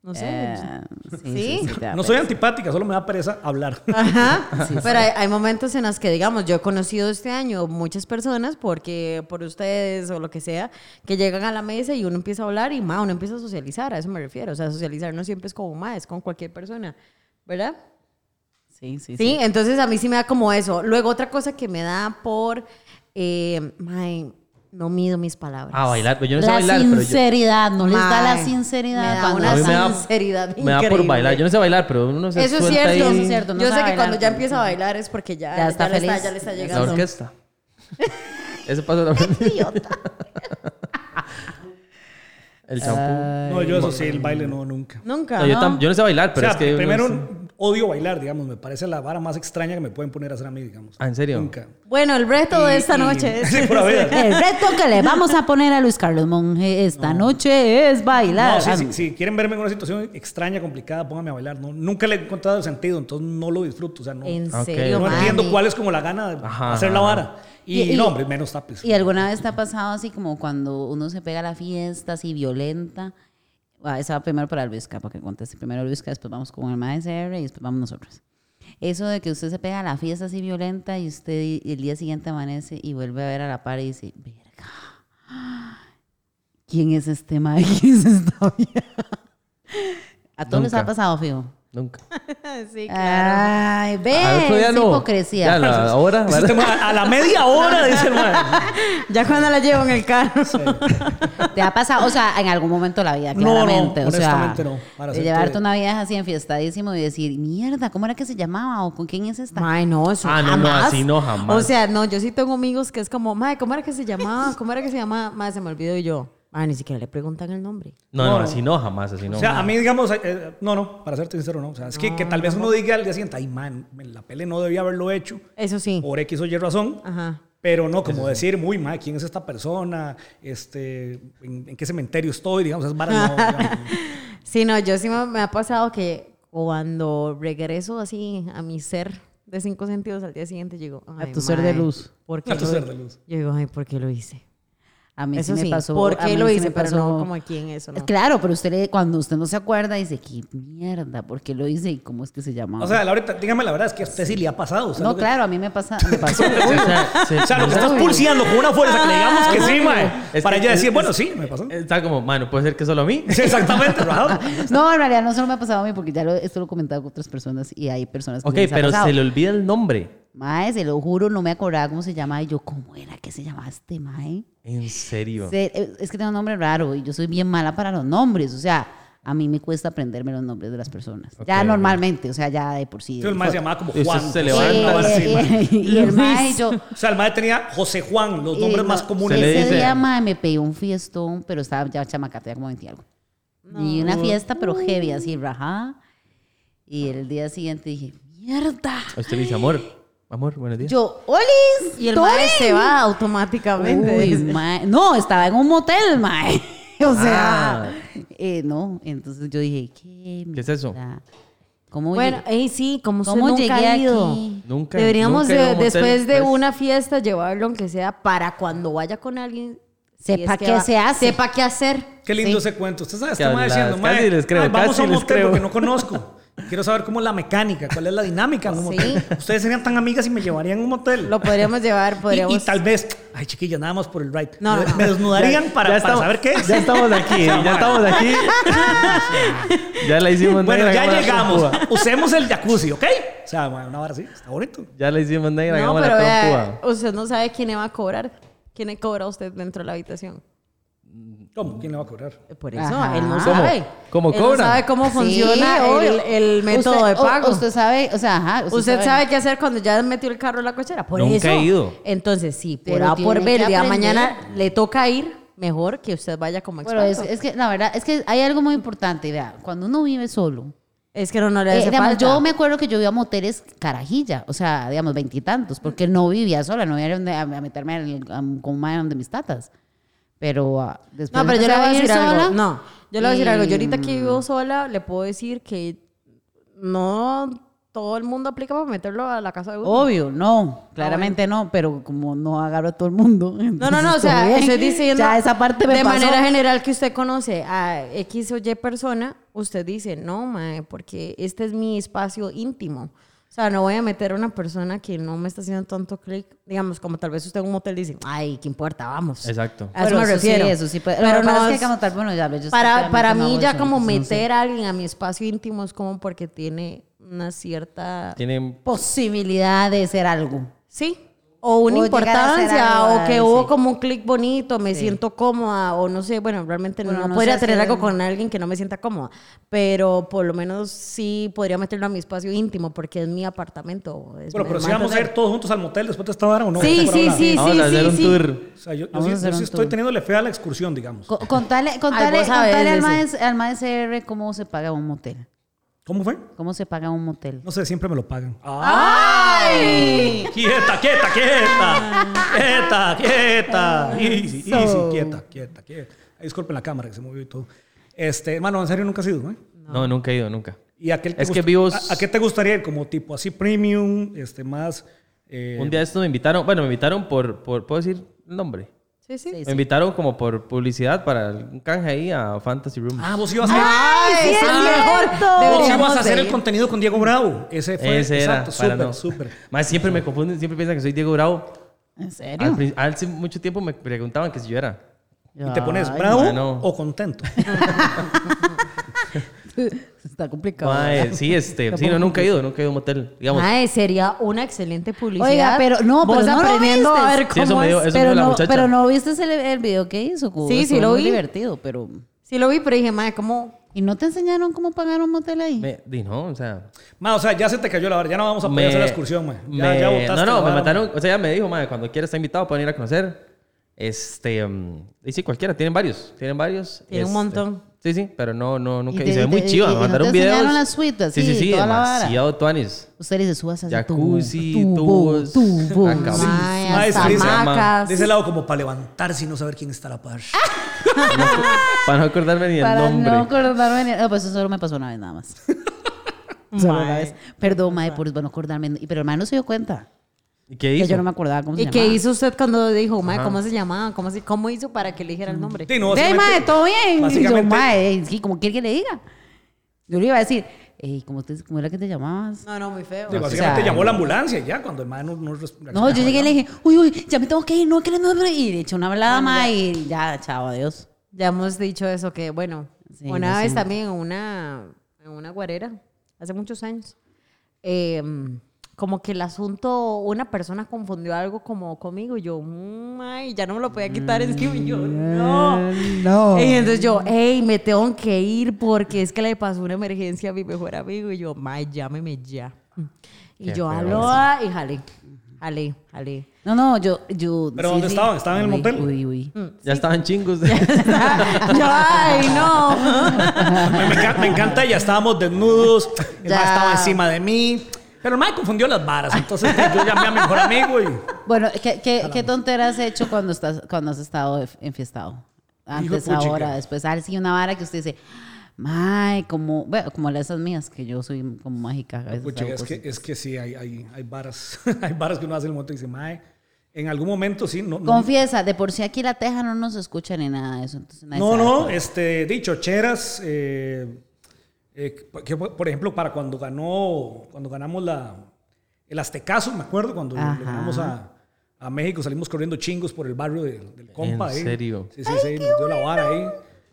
No sé.
Eh, sí,
Sí.
sí, sí, te da
No
pues.
soy antipática, solo me da pereza hablar.
Ajá. Pero hay, hay momentos en las que, digamos, yo he conocido este año muchas personas porque por ustedes o lo que sea, que llegan a la mesa y uno empieza a hablar y ma, uno empieza a socializar, a eso me refiero. O sea, socializar no siempre es como ma, es con cualquier persona, ¿verdad?
Sí, sí,
Sí,
sí.
entonces a mí sí me da como eso. Luego otra cosa que me da por, eh, mae, no mido mis palabras.
Ah, bailar. Pero yo no sé
la
bailar, pero yo.
sinceridad, no les da la
Mae,
sinceridad.
me da
cuando
una
A mí me da-
sinceridad
Me da por
increíble.
bailar. Yo no sé bailar, pero uno se
Eso es
suelta
cierto,
ahí
eso es cierto.
no
yo sé
sabe
que cuando
bailar,
ya
sí.
empieza a bailar es porque ya,
Ya está
le
feliz.
ya le está
Ya está
La
llegando.
orquesta. Ese paso lo aprendí. El champú.
No, yo eso sí, el baile no, nunca.
Nunca.
No, yo,
¿no?
tam- yo no sé bailar,
O
pero
sea,
es que. uno
primero
es-
odio bailar, digamos. Me parece la vara más extraña que me pueden poner a hacer a mí, digamos.
Ah, ¿en serio?
Nunca.
Bueno, el reto de esta
Y-
noche es.
Sí, pura vida.
El reto que le vamos a poner a Luis Carlos Monge esta noche es bailar.
No, sí,
Ah,
sí, si quieren verme en una situación extraña, complicada, pónganme a bailar. No, nunca le he encontrado el sentido, entonces no lo disfruto. O sea, no,
En
Ok.
serio,
no
mami.
entiendo cuál es como la gana de
Ajá,
hacer la
ajá.
vara. Y,
Y- y-
no, hombre, menos tapes.
¿Y alguna vez te ha pasado así como cuando uno se pega a la fiesta así violenta? Ah, esa va primero para Luisca, porque conteste primero Luisca, después vamos con el maestro y después vamos nosotros. Eso de que usted se pega a la fiesta así violenta y usted y- el día siguiente amanece y vuelve a ver a la par y dice, verga, ¿quién es este mae? ¿Quién es esta vieja?" A todos les
Nunca.
ha pasado, fijo.
Nunca.
Sí, claro.
Ay,
Al
Eh,
Ah, otro
ve,
día
es
no.
hipocresía.
Ya, la- ahora.
Ese
¿verdad?
tema, a, a la media hora, dice el man.
Ya cuando la llevo en el carro.
¿Te ha pasado? O sea, en algún momento de la vida,
No, no,
claramente. o sea,
honestamente no, para
de
serte-
llevarte una vieja así enfiestadísimo y decir, mierda, ¿cómo era que se llamaba? ¿O con quién es esta?
Mae, no, eso
Ah, no, no,
jamás.
así no, jamás.
O sea, no, yo sí tengo amigos que es como, mae, ¿cómo era que se llamaba? ¿Cómo era que se llamaba? Mae, se me olvidó y yo. Mae, ni siquiera le preguntan el nombre.
No, no, así no, jamás, así no.
O sea, a mí, digamos, eh, eh, no, no, para serte sincero, no. O sea, es que, que tal vez uno diga al día siguiente, ay, man, me la pele no debía haberlo hecho,
Eso sí.
por X o Y razón.
Ajá.
Pero no, como decir, muy mal, ¿quién es esta persona? Este, ¿en, en qué cementerio estoy? Digamos, es vara no, digamos.
Sí, no, yo sí me, me ha pasado que cuando regreso así a mi ser de cinco sentidos al día siguiente, yo digo,
A
ay,
tu ser de
mae,
luz.
¿por qué
A tu
lo-
ser de luz.
Yo digo, ay, ¿por qué lo hice?
A mí
Eso
sí
sí,
me pasó.
¿por
a
qué
mí
lo
sí
hice?
me
Pero
pasó.
no como aquí en eso, no.
Claro, pero usted le- cuando usted no se acuerda dice, qué mierda, ¿por qué lo hice y cómo es que se llamaba?
O sea, Laurita, dígame la verdad, es que a usted sí le ha pasado. o sea,
no,
lo que-
claro, a mí me, pasa, me pasó.
O sea, se-
O sea, lo que estás
Uy.
pulseando con una fuerza que le digamos que sí, mae.
Es
para
que-
ella decir,
es-
bueno,
es-
sí, me pasó.
Está como, mano, puede ser que solo a mí.
Sí, exactamente, rajado.
no, en realidad no solo me ha pasado a mí, porque ya lo, esto lo he comentado con otras personas y hay personas que
Ok,
sí les ha
pero
pasado.
se le olvida el nombre.
Mae, se lo juro, no me acordaba cómo se llamaba. Y yo, ¿cómo era que se llamaba este mae?
En serio.
Se- eh, es que tiene un nombre raro y yo soy bien mala para los nombres. O sea, a mí me cuesta aprenderme los nombres de las personas. ya
Ok.
normalmente, o sea, ya de por sí.
Entonces el mae se llamaba como
Usted
Juan.
se
José,
levanta
una vara así, mae.
Eh, eh, y el mae, yo.
O sea, el mae tenía José Juan, los nombres
eh,
más
no,
comunes.
Se le
Ese
dice-
día, mae, me pedí un fiestón, pero estaba ya chamacata, tenía como 20 y algo. Y una fiesta, pero heavy, así, rajá. Y el día siguiente dije, mierda.
A usted le dice, amor, amor, buenos días.
Yo, olis.
Y el
Torin".
mae se va automáticamente.
Uy,
dice.
mae. No, estaba en un motel, mae. O sea,
Ah.
eh, no. Entonces yo dije, ¿qué?
¿Qué es eso?
mierda? ¿Cómo
Bueno,
llegué-
ey, sí, como usted
¿Cómo
nunca ha
llegué
ido.
aquí?
Nunca.
Deberíamos
nunca he ido a
de-
un motel,
después de
pues.
una fiesta llevarlo aunque sea para cuando vaya con alguien.
Sepa qué se hace.
Sepa qué hacer.
Qué lindo
Sí.
ese cuento. Usted sabe,
Que
este mae
las-
diciendo, mae,
casi les creo,
ay, vamos
casi
a un
les
motel
creo.
porque no conozco. Quiero saber cómo es la mecánica, cuál es la dinámica en un
Sí.
motel. Ustedes serían tan amigas y me llevarían a un motel.
Lo podríamos llevar,
Y- y,
podríamos.
tal vez, ay chiquilla, nada más por el ride.
No,
me,
no, no.
me desnudarían para,
Ya
para
estamos-
saber qué es.
Ya estamos aquí, ¿eh? ya estamos aquí. ya la hicimos
Bueno,
negra,
ya
hagámosla
llegamos.
con Cuba.
Usemos el jacuzzi, ¿ok? O sea, mae, una barra así, está bonito.
Ya la hicimos negra,
no,
hagámosla
pero
con
vea,
Cuba.
usted no sabe quién le va a cobrar. ¿Quién le cobra a usted dentro de la habitación? Eh,
¿Cómo? ¿Quién le va a cobrar?
Por eso,
Ajá.
él no
¿Cómo?
sabe.
¿Cómo
Él
cobra?
No sabe cómo
Sí,
funciona
obvio.
el, el método
Usted-
de
o-
pago.
usted Pues sabe, o sea, ajá.
Usted, sabe qué hacer cuando ya metió el carro en la cochera. Por
Nunca
eso.
he ido.
Entonces, sí, por
Pero
A por
tiene
B, el
que
día de
aprender.
mañana le toca ir, mejor que usted vaya como experto.
Bueno, es, es que la verdad es que hay algo muy importante, vea, cuando uno vive solo,
Es que no, no le
eh,
hace
digamos,
falta.
yo me acuerdo que yo iba a moteles carajilla, o sea, digamos, veintitantos, porque no vivía sola, no iba a, donde- a- a meterme al- a- con una de mis tatas. Pero ah, después
No, pero yo
empecé
le voy a
vivir
decir algo.
sola
No, yo le voy a decir
y-
algo. Yo ahorita que
Mm.
vivo sola, le puedo decir que no todo el mundo aplica para meterlo a la casa de uno.
Obvio,
Ah,
no, claramente no, pero como no agarro a todo el mundo.
No,
entonces
no, no, o
estoy
sea,
bien.
estoy diciendo.
Ya esa parte me
De
pasó.
manera general que usted conoce a X o Y persona, usted dice, no, mae, porque este es mi espacio íntimo. O sea, no voy a meter a una persona que no me está haciendo tanto clic. Digamos, como tal vez usted en un motel dice, ay, ¿qué importa? Vamos.
Exacto.
A eso
Bueno,
me
eso sí,
refiero.
eso sí puede- lo
Pero
que pasa
no
es que
es-
como tal, bueno, ya, yo
para,
sinceramente
para
no
mí
hago
ya
eso,
como
entonces no sé.
meter a alguien a mi espacio íntimo es como porque tiene una cierta...
Tienen
posibilidad de ser algo.
Sí. O una
O llegar a hacer
importancia,
algo,
o que
ay,
hubo
sí.
como un clic bonito, me siento cómoda, o no sé, bueno, realmente
Bueno,
no,
no
podría
sé
tener
hacer-
algo con alguien que no me sienta cómoda, pero por lo menos sí podría meterlo a mi espacio íntimo porque es mi apartamento. es
Bueno,
mi
pero si
hermano,
vamos a ir
¿sabes?
todos juntos al motel después de esta hora o no.
Sí,
Por
sí,
ahora.
sí,
Vamos
sí,
a hacer
sí,
un
sí.
tour.
O sea, yo, yo
Vamos
sí,
a hacer
yo sí
un
estoy
tour.
teniéndole fe a la excursión, digamos.
Co- Contale, contale,
vos sabés,
contale al,
ese.
maes- al maes CR cómo se paga un motel.
¿Cómo fue?
¿Cómo se paga un motel?
No sé, siempre me lo pagan.
¡Ay!
Quieta, quieta, quieta. Quieta, quieta. Easy, easy, quieta, quieta, quieta. Ay, Disculpen la cámara que se movió y todo. Este, hermano, en serio nunca has ido, ¿no?
No. nunca he ido, nunca.
¿Y aquel
Es que vivos-
¿a, a qué te gustaría ir? Como tipo así premium, este más eh,
Un día de estos me invitaron, bueno, me invitaron por, por ¿puedo decir el nombre?
Sí, sí.
Me invitaron como por publicidad para un canje ahí a Fantasy Room.
Ah, vos ibas a Ah,
¡Ay, sí, es mejor!
vos ibas a
Deberíamos
hacer
de
el
ir.
contenido con Diego Bravo. Ese fue
Ese era,
exacto,
para
súper,
no.
súper.
Más siempre me confunden, siempre piensan que soy Diego Bravo.
¿En
Al
serio?
prin- Hace mucho tiempo me preguntaban que si yo era. Ah,
Y te pones
Ay,
bravo
mano.
o contento.
Está complicado.
Mae,
¿verdad?
sí, este, sí, no, nunca he ido, nunca he ido a un motel, digamos.
Ay, sería una excelente publicidad.
Oiga, pero no,
Vos
pero no lo
aprendiendo
viste.
a ver
Sí, eso
cómo
me dio-
es.
eso me
pero,
dijo la
no,
muchacha.
pero no viste el, el video que hizo. Cubo?
Sí, sí,
Estuvo
lo
muy
vi.
divertido, pero...
Sí lo vi, pero dije, madre, ¿cómo?
¿Y no te enseñaron cómo pagar un motel ahí?
Me- di, no, o sea.
Ma, o sea, ya se te cayó la vara. Ya no vamos a poder hacer la excursión, man. Ya,
me-
ya botaste
No,
la
no, me
vara,
mataron. O sea, ella me dijo, madre, cuando quiera está invitado, pueden ir a conocer. Este, mm, y sí, cualquiera, tienen varios, tienen varios.
Tiene un
este,
montón.
Sí, sí, pero no, no, nunca.
Y
Y,
te-
se
y
ve muy
te-
chiva,
y-
me
y no
mandaron
te
videos.
enseñaron la suite, así,
sí, sí, sí,
toda la vara.
demasiado tuanis.
Usted le dice, subas a
Jacuzzi, tubos,
tubo,
acabó.
sí.
Mae,
Mae,
hasta
sí, se
llama-
hamacas.
De ese lado como para levantarse y no saber quién está a la par.
Ah,
Para no acordarme ni el
Para
nombre.
no acordarme. ni- No, pues eso solo me pasó una vez nada más. Solo una
Mae.
vez. Perdón, mae, por no acordarme. Y- Pero el mae no se dio cuenta.
¿Y qué
Que
hizo?
yo no me acordaba cómo se
¿Y
llamaba.
qué hizo usted cuando dijo, mae, cómo se llamaba? ¿Cómo, se- cómo hizo para que le dijera
Mm.
el nombre?
Sí,
Ey,
no, básicamente-
mae, todo bien. Y yo,
básicamente-
mae, ey, sí, como quiere que le diga. Yo le iba a decir, ey, ¿cómo, te, cómo era que te llamabas?
No, no, muy feo.
Sí,
O
básicamente
sea,
llamó la ambulancia ya cuando el man no, no res-
No, yo llegué y le dije, uy, uy, ya me tengo que ir, no, que le Y le eché una hablada, mae, y ya, chao, adiós.
Ya hemos dicho eso, que bueno,
Sí,
una
no
vez también en una, en una guarera, hace muchos años, eh, como que el asunto, una persona confundió algo como conmigo y yo, "Mm, ay, ya no me lo podía quitar, es que y yo, no.
no.
Y entonces yo, hey, me tengo que ir porque es que le pasó una emergencia a mi mejor amigo y yo, mae, llámeme ya. Y
Qué
yo,
feo
aloha, y jalé, jalé, jalé.
No, no, yo. yo
¿Pero dónde estaban? ¿Estaban en el
Uy,
motel?
Uy, uy.
Ya estaban chingos.
yo, ay, no.
Me, me encanta, me encanta, ya estábamos desnudos, el
Ya.
mae estaba encima de mí. Pero el mae confundió las varas, entonces yo llamé a mi mejor amigo y
Bueno, ¿qué, qué, qué tontera has hecho cuando, estás, cuando has estado enf- enfiestado? Antes,
puchica.
ahora, después. Ah, sí, una vara que usted dice, mae, como, bueno, como esas mías, que yo soy como mágica. A veces
Pucha,
hago
es, que,
cosas.
es que sí, hay, hay, hay varas. hay varas que uno hace en el momento y dice, mae, en algún momento sí, no. No,
Confiesa, de por sí aquí la teja no nos escucha ni nada de eso. Entonces nadie
no,
sabe
no
cuál.
este, dicho, cheras. eh, eh, que, por por ejemplo, para cuando ganó, cuando ganamos la, el Aztecaso, me acuerdo, cuando le
Ajá.
ganamos a, a México, salimos corriendo chingos por el barrio del, del compa.
¿En
ahí.
serio?
Sí, sí, sí, nos dio la vara ahí.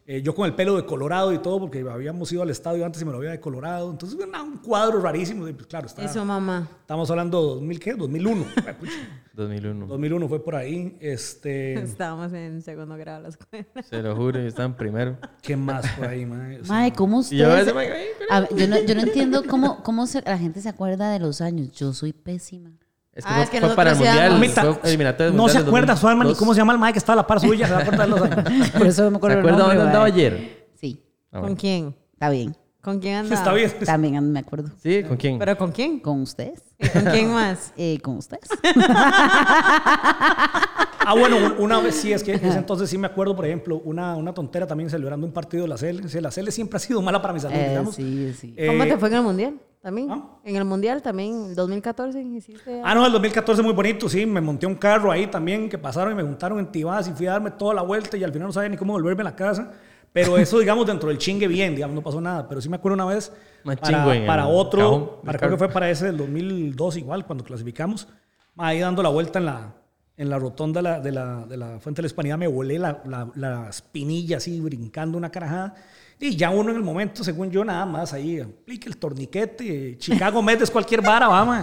Eh, yo con el pelo de colorado y todo, porque habíamos ido al estadio antes y me lo había de colorado. Entonces, una- un cuadro rarísimo. y, pues, claro, está,
Eso, mamá.
Estamos hablando de 2000, ¿qué? 2001. Ay, pucha,
2001.
2001 fue por ahí. Este,
Estábamos en segundo grado de la escuela.
Se lo juro, yo estaba en primero.
¿Qué más por ahí, mae? Este, O sea,
Mae, ¿cómo
Y yo a veces
ustedes?
me ay, pero-
A ver, yo, no, yo no entiendo cómo, cómo se- la gente se acuerda de los años. Yo soy pésima.
Es
Ah,
fue,
es que
fue para el
nosotros
mundial.
íbamos-
Mamita,
fue eliminatoria del
no se
mundial del
acuerda su arma ni
2002.
cómo se llama el mae que estaba a la par suya, se va a acordar los años.
Por eso no me
¿Se
acuerdo el
acuerda
nombre,
dónde andaba
mae.
ayer?
Sí,
Ah,
¿Con
bueno.
quién?
está bien.
¿Con quién andaba?
Está bien.
También me acuerdo.
Sí, ¿con quién?
¿Pero con quién?
¿Con ustedes?
¿Y ¿Con quién más?
Eh, ¿Con ustedes?
Ah, bueno, un- una vez sí, es que ese entonces sí me acuerdo, por ejemplo, una, una tontera también celebrando un partido de la CL. Sí, La CL siempre ha sido mala para mis salud,
Eh,
digamos.
sí, sí.
Eh,
¿Cómo te fue en el mundial? También.
¿Ah?
En el mundial también, 2014 hiciste.
Ah, no, el 2014 muy bonito, sí. Me monté un carro ahí también que pasaron y me juntaron en Tibás y fui a darme toda la vuelta y al final no sabía ni cómo volverme a la casa. Pero eso, digamos, dentro del chingue bien, digamos, no pasó nada. Pero sí me acuerdo una vez
Más chingo en
para,
el
para otro,
cajón del
para, creo
carro.
que fue para ese del 2002 igual, cuando clasificamos, ahí dando la vuelta en la, en la rotonda de la, de, la, de la Fuente de la Hispanidad, me volé la, la, la espinilla así, brincando una carajada. Y ya uno en el momento, según yo, nada más ahí, aplique el torniquete, Chicago Medes, cualquier vara, vamos.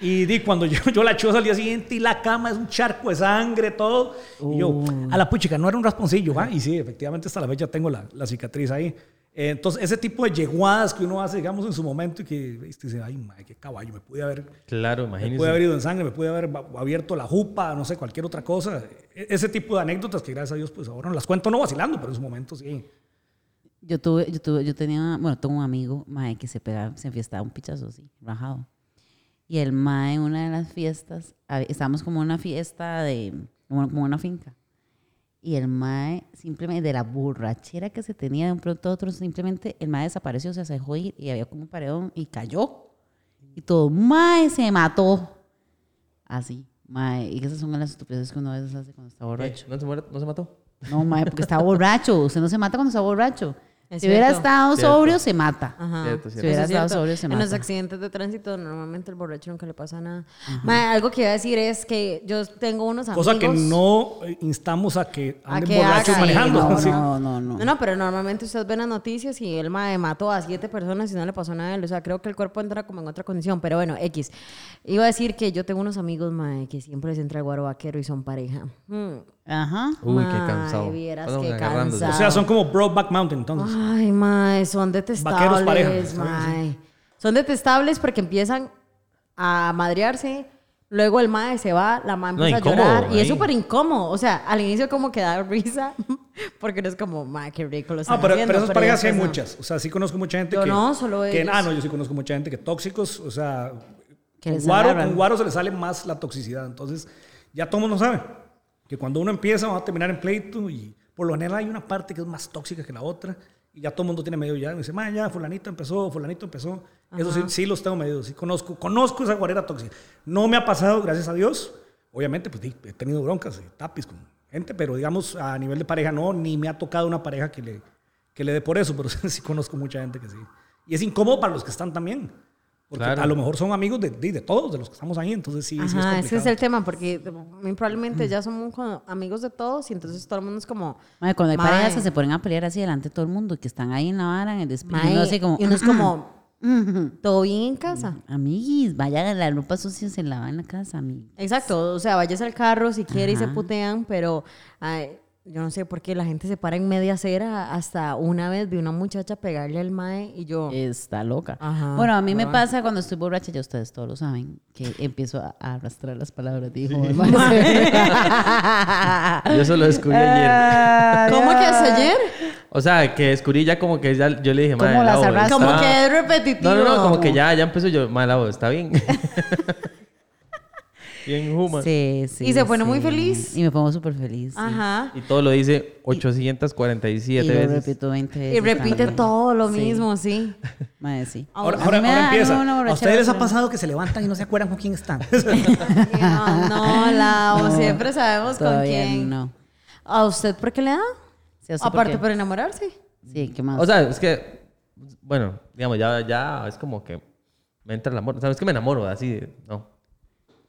Y di, cuando yo, yo la choza al día siguiente y la cama es un charco de sangre, todo. Y yo,
Uh.
a la puchica, no era un rasponcillo, ¿va? Y sí, efectivamente, hasta la fecha tengo la, la cicatriz ahí. Eh, Entonces, ese tipo de yeguadas que uno hace, digamos, en su momento y que ¿viste? dice, ay, madre, qué caballo, me pude haber,
Claro,
me pude haber
imagínese.
ido en sangre, me pude haber ba- abierto la jupa, no sé, cualquier otra cosa. E- Ese tipo de anécdotas que gracias a Dios, pues ahora no las cuento no vacilando, pero en su momento sí.
Yo tuve, yo tuve, yo tenía, bueno, tengo un amigo, mae, que se pegaba, se enfiestaba un pichazo así, rajado. Y el mae en una de las fiestas, a- estábamos como en una fiesta de, como como una finca. Y el mae, simplemente de la borrachera que se tenía de un pronto a otro, simplemente el mae desapareció, se dejó ir y había como un paredón y cayó. Y todo, mae, se mató. Así, mae. Y esas son las estupideces que uno a veces hace cuando está borracho.
Eh, ¿No se muere- no se mató?
No, mae, porque está borracho. Usted no se mata cuando está borracho.
Es
si hubiera
cierto.
estado
Cierto.
sobrio, se mata.
Ajá.
Cierto,
Si
cierto.
hubiera
Eso es
estado
cierto.
sobrio, se
En los
mata.
accidentes de tránsito normalmente el borracho nunca le pasa nada. Ma, algo que iba a decir es que yo tengo unos amigos.
Cosa que no eh, instamos a que
A
anden
que
borrachos
hagan,
manejando.
No,
sí.
no, no, no.
No, no, pero normalmente ustedes ven las noticias y el mae mató a siete personas y no le pasó nada. a él. O sea, creo que el cuerpo entra como en otra condición. Pero bueno, X. Iba a decir que yo tengo unos amigos, mae, que siempre les entra el guaro vaquero y son pareja. Mm.
Ajá.
Uy, qué
Ay,
cansado.
vieras
Pasaban
qué
agarrándose.
O
cansado.
sea, son como Broadback Mountain, entonces. Ah,
Ay, mae, son
Vaqueros
detestables,
pareja, está bien,
mae. Son detestables porque empiezan a madrearse, luego el mae se va, la mae
No,
empieza a
incómodo,
llorar y es
ahí.
súper incómodo. O sea, al inicio como que da risa porque no es como, mae, qué rico lo están
Ah, pero,
haciendo",
pero esas parejas sí hay
después no.
muchas. O sea, sí conozco mucha gente
Yo
que.
no, solo
que-
ellos.
Ah, no, yo sí conozco mucha gente que tóxicos, o sea.
Que
con
les
guaro,
agarran.
con guaro se le sale más la toxicidad. Entonces, ya todo el mundo sabe que cuando uno empieza va a terminar en pleito y por lo general hay una parte que es más tóxica que la otra y ya todo el mundo tiene medio ya. Me dice, "Ma, ya, fulanito empezó, fulanito empezó. Eso sí, sí los tengo medidos, sí conozco, conozco esa guarera tóxica. No me ha pasado, gracias a Dios. Obviamente, pues sí, he tenido broncas, eh, tapis con gente, pero digamos a nivel de pareja no, ni me ha tocado una pareja que le, que le dé por eso, pero sí conozco mucha gente que sí. Y es incómodo para los que están también. Porque
Claro.
a lo mejor son amigos de, de, de todos, de los que estamos ahí, entonces sí, sí es
Ajá,
complicado.
ese es el tema porque muy probablemente ya somos como amigos de todos y entonces todo el mundo es como,
Mae, cuando hay
Mae.
parejas que se ponen a pelear así delante de todo el mundo y que están ahí en la vara, en el despido.
mae,
Y uno así como.
y uno es como,
Ujú.
Todo bien en casa.
Amiguis, vayan, la ropa sucia se lava en la casa, amiguis.
Exacto, o sea, vayas al carro si quiere y se
Ajá.
putean, pero ay, yo no sé por qué la gente se para en media acera. Hasta una vez vi una muchacha pegarle al mae y yo.
Está loca.
Ajá,
bueno, a mí me
¿verdad?
pasa cuando estoy borracha, ya ustedes todos lo saben, que empiezo a a arrastrar las palabras. Dijo,
Yo eso lo descubrí ayer.
¿Cómo que
Ah.
hasta ayer?
O sea, que descubrí ya como que ya, yo le dije,
¿Cómo
madre,
las
Lau,
arrastras?
está-
Como que es repetitivo.
No, no, no, como que ya, ya empezó yo, madre, Lau, está bien. bien Juma.
Sí, sí.
Y se pone muy
sí.
feliz.
Y me pongo súper feliz. sí.
Ajá.
Y todo lo dice
Y
847
lo
veces.
repito 20 veces.
Y repite
también.
todo lo
Sí,
mismo, sí.
Madre, sí.
Ahora,
A mí
ahora,
me
ahora
da-
empieza.
no, una
¿A ustedes les ha
borrachera,
pasado que se levantan y no se acuerdan con quién están?
No, no, Lau,
No,
siempre sabemos con
todavía
quién.
no.
¿A usted por qué le da?
Sí, ¿a usted por
Aparte
qué?
por, enamorarse.
Sí, ¿qué más?
O sea, es que, bueno, digamos, ya, ya es como que me entra el amor. O sea, es que me enamoro así, de- no.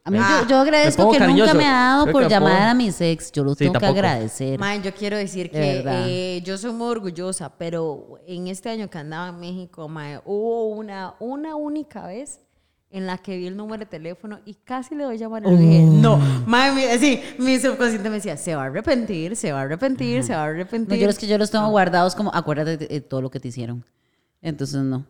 a mí
ah,
yo, yo agradezco
pongo
que
cariñoso.
nunca me ha dado
Creo
por
que tampoco-
llamar a mis ex. Yo lo
Sí,
tengo
tampoco.
que agradecer.
Man, yo quiero decir
De
que
verdad.
eh, yo soy muy orgullosa, pero en este año que andaba en México, mae, hubo una, una única vez en la que vi el número de teléfono y casi le doy a llamar y le dije,
Oh.
no, mae, mi- sí, mi subconsciente me decía, se va a arrepentir, se va a arrepentir, se va a
No,
arrepentir.
yo es que yo los tengo guardados como acuérdate de, de todo lo que te hicieron. Entonces no.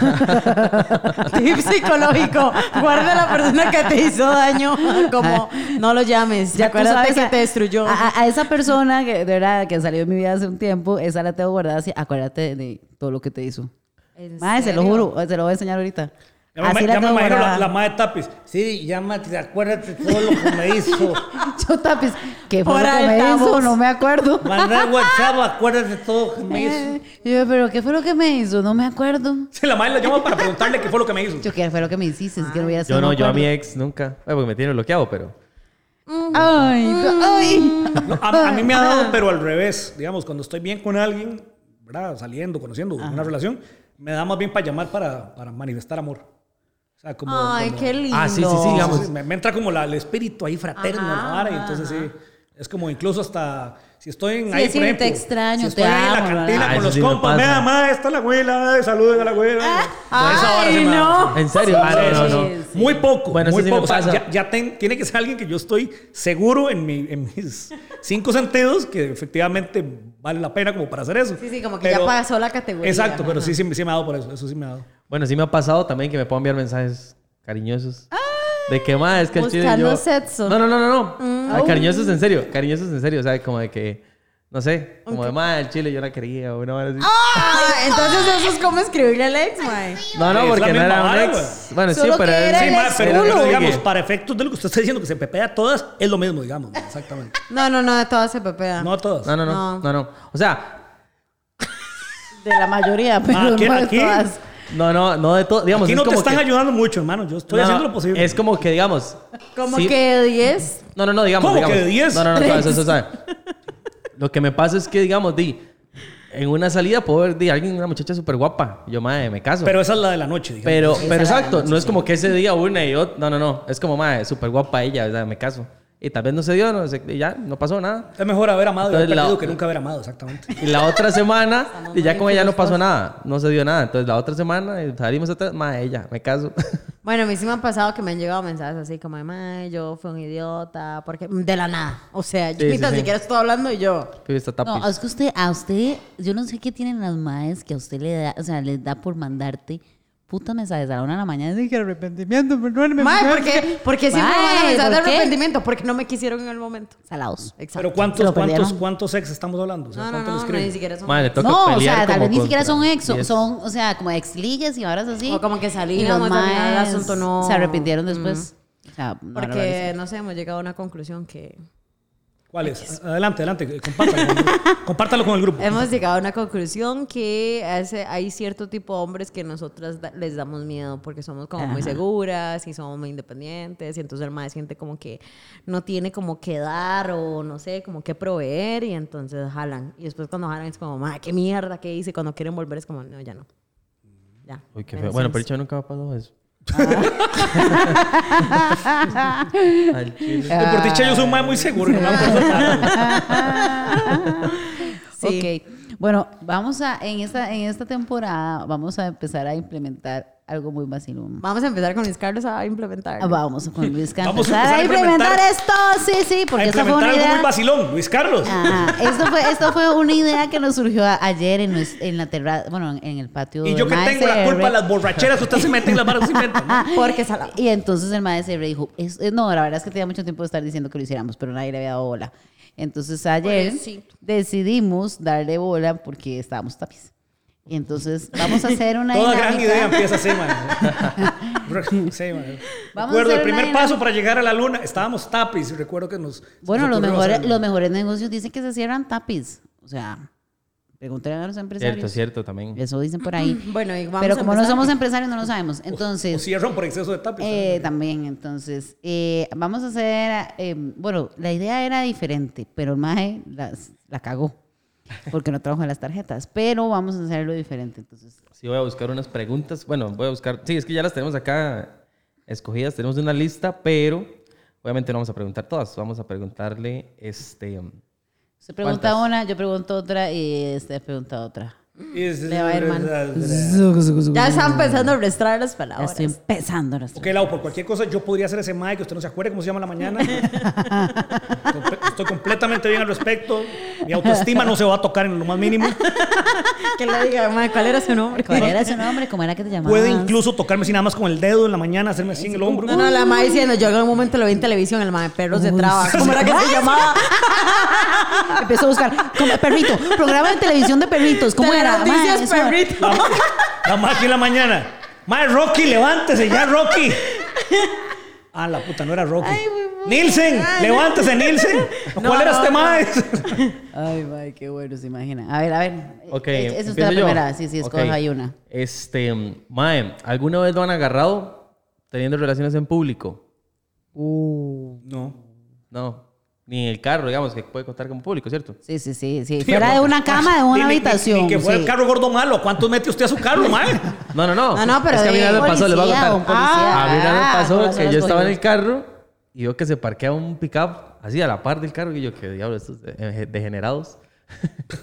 Tip psicológico, guarda a la persona que te hizo daño, como no lo llames, ya
tú
acuérdate
sabes Ah,
que
a-
te destruyó.
A, a- a esa persona que de verdad que salió de mi vida hace un tiempo, esa la tengo guardada así, acuérdate de todo lo que te hizo.
¿En
Madre, ah. se lo
serio?
juro, se lo voy a enseñar ahorita.
Ya me,
Así la
ya me
tengo
imagino la,
guardada.
la madre Tapis. Sí, llámate, acuérdate todo lo que me hizo.
Yo tapiz, que fue
Por
lo que me
altavoz.
hizo, no me acuerdo.
Mandar WhatsApp, acuérdate todo lo que me hizo.
Eh, y yo, pero ¿qué fue lo que me hizo? No me acuerdo.
Sí, la madre la llama para preguntarle qué fue lo que me hizo.
Yo, ¿qué fue lo que me hiciste? Es que no voy a hacer,
Yo no, yo a
acuerdo.
mi ex nunca. Bueno, porque me tiene bloqueado, pero.
Ay, ay.
No, a, a mí me ha dado, pero al revés. Digamos, cuando estoy bien con alguien, ¿verdad? saliendo, conociendo una relación, me da más bien para llamar para, para manifestar amor. O sea, como.
Ay,
como-
qué lindo.
Ah, sí, sí, sí, digamos.
Sí, sí, me, me entra como la- el espíritu ahí fraterno,
Ajá,
la vara, y entonces sí. Es como incluso hasta. Si estoy en
Sí,
ahí,
decir,
por ejemplo,
te extraño,
si
te
estoy ahí en la
amo, la, la.
cantina
Ah,
con
eso
los
sí me
compas,
pasa.
vea, ma, está la abuela, ay, saluden a la abuela.
Ah,
A esa hora sí
Ay,
me da.
no.
¿En serio? Ah, no, no, no.
Muy poco.
Bueno, eso
muy
sí me
poco. O sea,
pasa.
ya, ya ten- tiene que ser alguien que yo estoy seguro en, mi, en mis cinco sentidos que efectivamente vale la pena como para hacer eso.
Sí, sí, como que ya pasó la categoría.
Exacto, pero sí, sí, sí me ha dado por eso. Eso sí me ha dado.
Bueno, sí me ha pasado también que me puedo enviar mensajes cariñosos. De que más, es que el chile
Buscando
yo-
sexo. Mm.
No, no, no, no. no. Ay, cariñosos en serio, cariñosos en serio. O sea, como de que, no sé, como de más, el chile yo la quería o una hora así.
Ah, entonces eso es como escribirle al ex, mae.
No,
Es
no,
la
porque no
misma
era un
vara,
ex. Bueno, sí,
Solo
pero.
que era
Sí,
el
ma,
ex
pero,
culo.
digamos, para efectos de lo que usted está diciendo, que se pepea todas, es lo mismo, digamos. Exactamente.
No, no, no, de todas se pepea.
No todas.
No, no,
No.
no, no, no. O sea,
De la mayoría, pero
Ah, ¿qué-
no de
aquí?
todas.
no, no, no de todo. Digamos, pues
Aquí
es
no te
como
están
que-
ayudando mucho, hermano. Yo estoy
No, no,
haciendo lo posible.
Es como que, digamos.
Como
sí-
que 10.
No, no, no, digamos.
¿Cómo
digamos.
que de 10?
No, no, no, suave, suave, suave. Lo que me pasa es que, digamos, di, en una salida puedo ver di, alguien, una muchacha súper guapa. Yo, madre, me caso. Pero,
Pero esa es la de la noche, digamos.
pero,
Esa era la
exacto,
noche,
no es
sí.
como que ese día una y otra. No, no, no. Es como, madre, súper guapa ella, o sea, me caso. Y tal vez no se dio, no sé, y ya, no pasó nada.
es mejor haber amado y haber
Entonces, la-
perdido que nunca haber amado, exactamente.
Y la otra semana, y ya con ella no pasó nada, no se dio nada. Entonces la otra semana eh, salimos atrás, madre, ella, me caso.
Bueno, a mí sí me han pasado que me han llegado mensajes así como, mae, yo fui un idiota, porque de la nada. O sea, yo
Sí,
ni
sí,
tan
sí.
siquiera estoy hablando y yo.
Pero está
No, es que usted, a usted, yo no sé qué tienen las madres que a usted le da, o sea, les da por mandarte putas mensajes a la una de la mañana. Dije arrepentimiento, perdóneme.
Mae,
mujer".
¿por qué, por qué siempre me van a
Mae,
mensajes de
¿por qué?
arrepentimiento? Porque no me quisieron en el momento.
Salados.
Exacto.
Pero ¿cuántos,
lo
cuántos,
perdieron.
cuántos ex estamos hablando? O sea,
no, no, no,
¿cuántos le
no,
escriben?
ni siquiera son.
Madre, le toca
No, o
pelear
sea, tal
como
vez ni siquiera
contra
son ex,
diez.
son, o sea, como ex ligas y ahora es así.
O como que
Y
salíamos,
los
al final el
maes
asunto no- Mm.
Se arrepintieron después. O sea, no era
Porque,
verdad.
no sé, hemos llegado a una conclusión que...
¿Cuál es? Adelante, adelante, compártalo. con el grupo. compártalo con el grupo.
Hemos llegado a una conclusión que a ese- hay cierto tipo de hombres que nosotras da- les damos miedo porque somos como muy
Ajá.
seguras y somos muy independientes y entonces el mae siente como que no tiene como que dar o no sé, como que proveer y entonces jalan. Y después cuando jalan es como, mae, qué mierda, qué hice. Cuando quieren volver es como, no, ya no. Ya.
Uy, qué
me
feo. Bueno,
deshice.
pero yo nunca me ha pasado eso. Ah. Al chile.
Eh, Por
Ah,
dicha, yo soy un mae muy seguro. y no me acuerdo.
Ok. Bueno, vamos a, en esta, en esta temporada, vamos a empezar a implementar algo muy vacilón.
Vamos a empezar con Luis Carlos a implementar.
Ah, Vamos con Luis que
Vamos
empezar
a
a
empezar a
implementar
implementar-
esto. Sí, sí, porque
a
esa fue una
implementar algo muy
idea.
vacilón, Luis Carlos.
Ah,
Ajá, esto, fue, esto fue una idea que nos surgió a- ayer en, nues- en la terraza, bueno, en, en el patio.
y yo
del
que tengo la
MAECR.
culpa de las borracheras, usted se mete y las barras se inventan. ¿no?
Porque es a la-
Y entonces el maestro dijo, es- eh, no, la verdad es que tenía mucho tiempo de estar diciendo que lo hiciéramos, pero nadie le había dado bola. Entonces ayer
Pobrecito.
decidimos darle bola porque estábamos tapiz. Y entonces vamos a hacer una
Toda
dinámica.
gran idea empieza así, man. sí, man.
Vamos a
recuerdo,
hacer
el
una
primer
dinámica.
paso para llegar a la luna, estábamos tapis, recuerdo que nos...
Bueno,
nos
los
ocurrió
mejores,
hacerlo.
los mejores negocios dicen que se cierran tapiz. O sea, pregúntenle a los empresarios.
Cierto, cierto también.
Eso dicen por ahí.
Bueno, y vamos
Pero
a
como no
empezar.
somos empresarios, no lo sabemos. Entonces,
O cierran por exceso de
Pues,
tapis.
Eh, también, entonces, eh, vamos a hacer, eh, bueno, la idea era diferente, pero el Mae las- la cagó, porque no trabajó en las tarjetas, pero vamos a hacerlo diferente, entonces.
Sí, voy a buscar unas preguntas. Bueno, voy a buscar. Sí, es que ya las tenemos acá escogidas. Tenemos una lista, pero obviamente no vamos a preguntar todas. Vamos a preguntarle este.
Eh, Se pregunta
¿Cuántas?
una, yo pregunto otra y usted pregunta otra.
Le va a ir mal. Ya
Ya
están pensando en restaurar las
ya
palabras.
em- estoy empezando. las-
Ok, Lau, por cualquier cosa yo podría ser ese mae que usted no se acuerde cómo se llama en la mañana. Comple- Estoy completamente bien al respecto. Mi autoestima no se va a tocar en lo más mínimo.
Que le diga, "Ma, ¿cuál era su nombre?
¿Cuál era su nombre? ¿Cómo era que te llamabas?
Puede incluso tocarme así nada más con el dedo en la mañana, hacerme así en el hombro.
No, no, la madre diciendo, yo en algún momento lo vi en televisión, el madre perros de traba. ¿Cómo era que se llamaba?
Empezó a buscar, como perrito, programa de televisión de perritos, ¿cómo era? Mae,
Noticias
eso era.
perrito.
La más aquí en la mañana. Mae, Rocky, levántese ya, Rocky. Ah, la puta, no era Rocky. Nielsen,
Ah,
levántese, Nielsen. ¿Cuál
No,
era
no,
este
no.
mae?
Ay, mae, qué bueno, se imagina. A ver, a ver.
Ok.
eh, Esa es usted
¿empiezo
la
yo?
primera, sí, sí,
Ok.
escoja ahí una.
Este, Mae, ¿alguna vez lo han agarrado teniendo relaciones en público? Uh.
No.
No. Ni en el carro, digamos, que puede contar como público, ¿cierto?
Sí, sí, sí, sí. Fuera de una cama, de una
Ni- ni- ni-
habitación.
Ni, que fuera
sí.
el carro gordo malo. ¿Cuántos mete usted a su carro, mae?
No, no, no.
No, Ah, no, pero
es que a mí
de
una vez me pasó, les voy a
policía,
contar.
un policía.
a mí una vez me
Ah, con
pasó
razón
que
los
yo estaba en el
cogimos.
carro y veo que se parquea un pickup así a la par del carro y yo, qué diablo, estos de- eh, degenerados.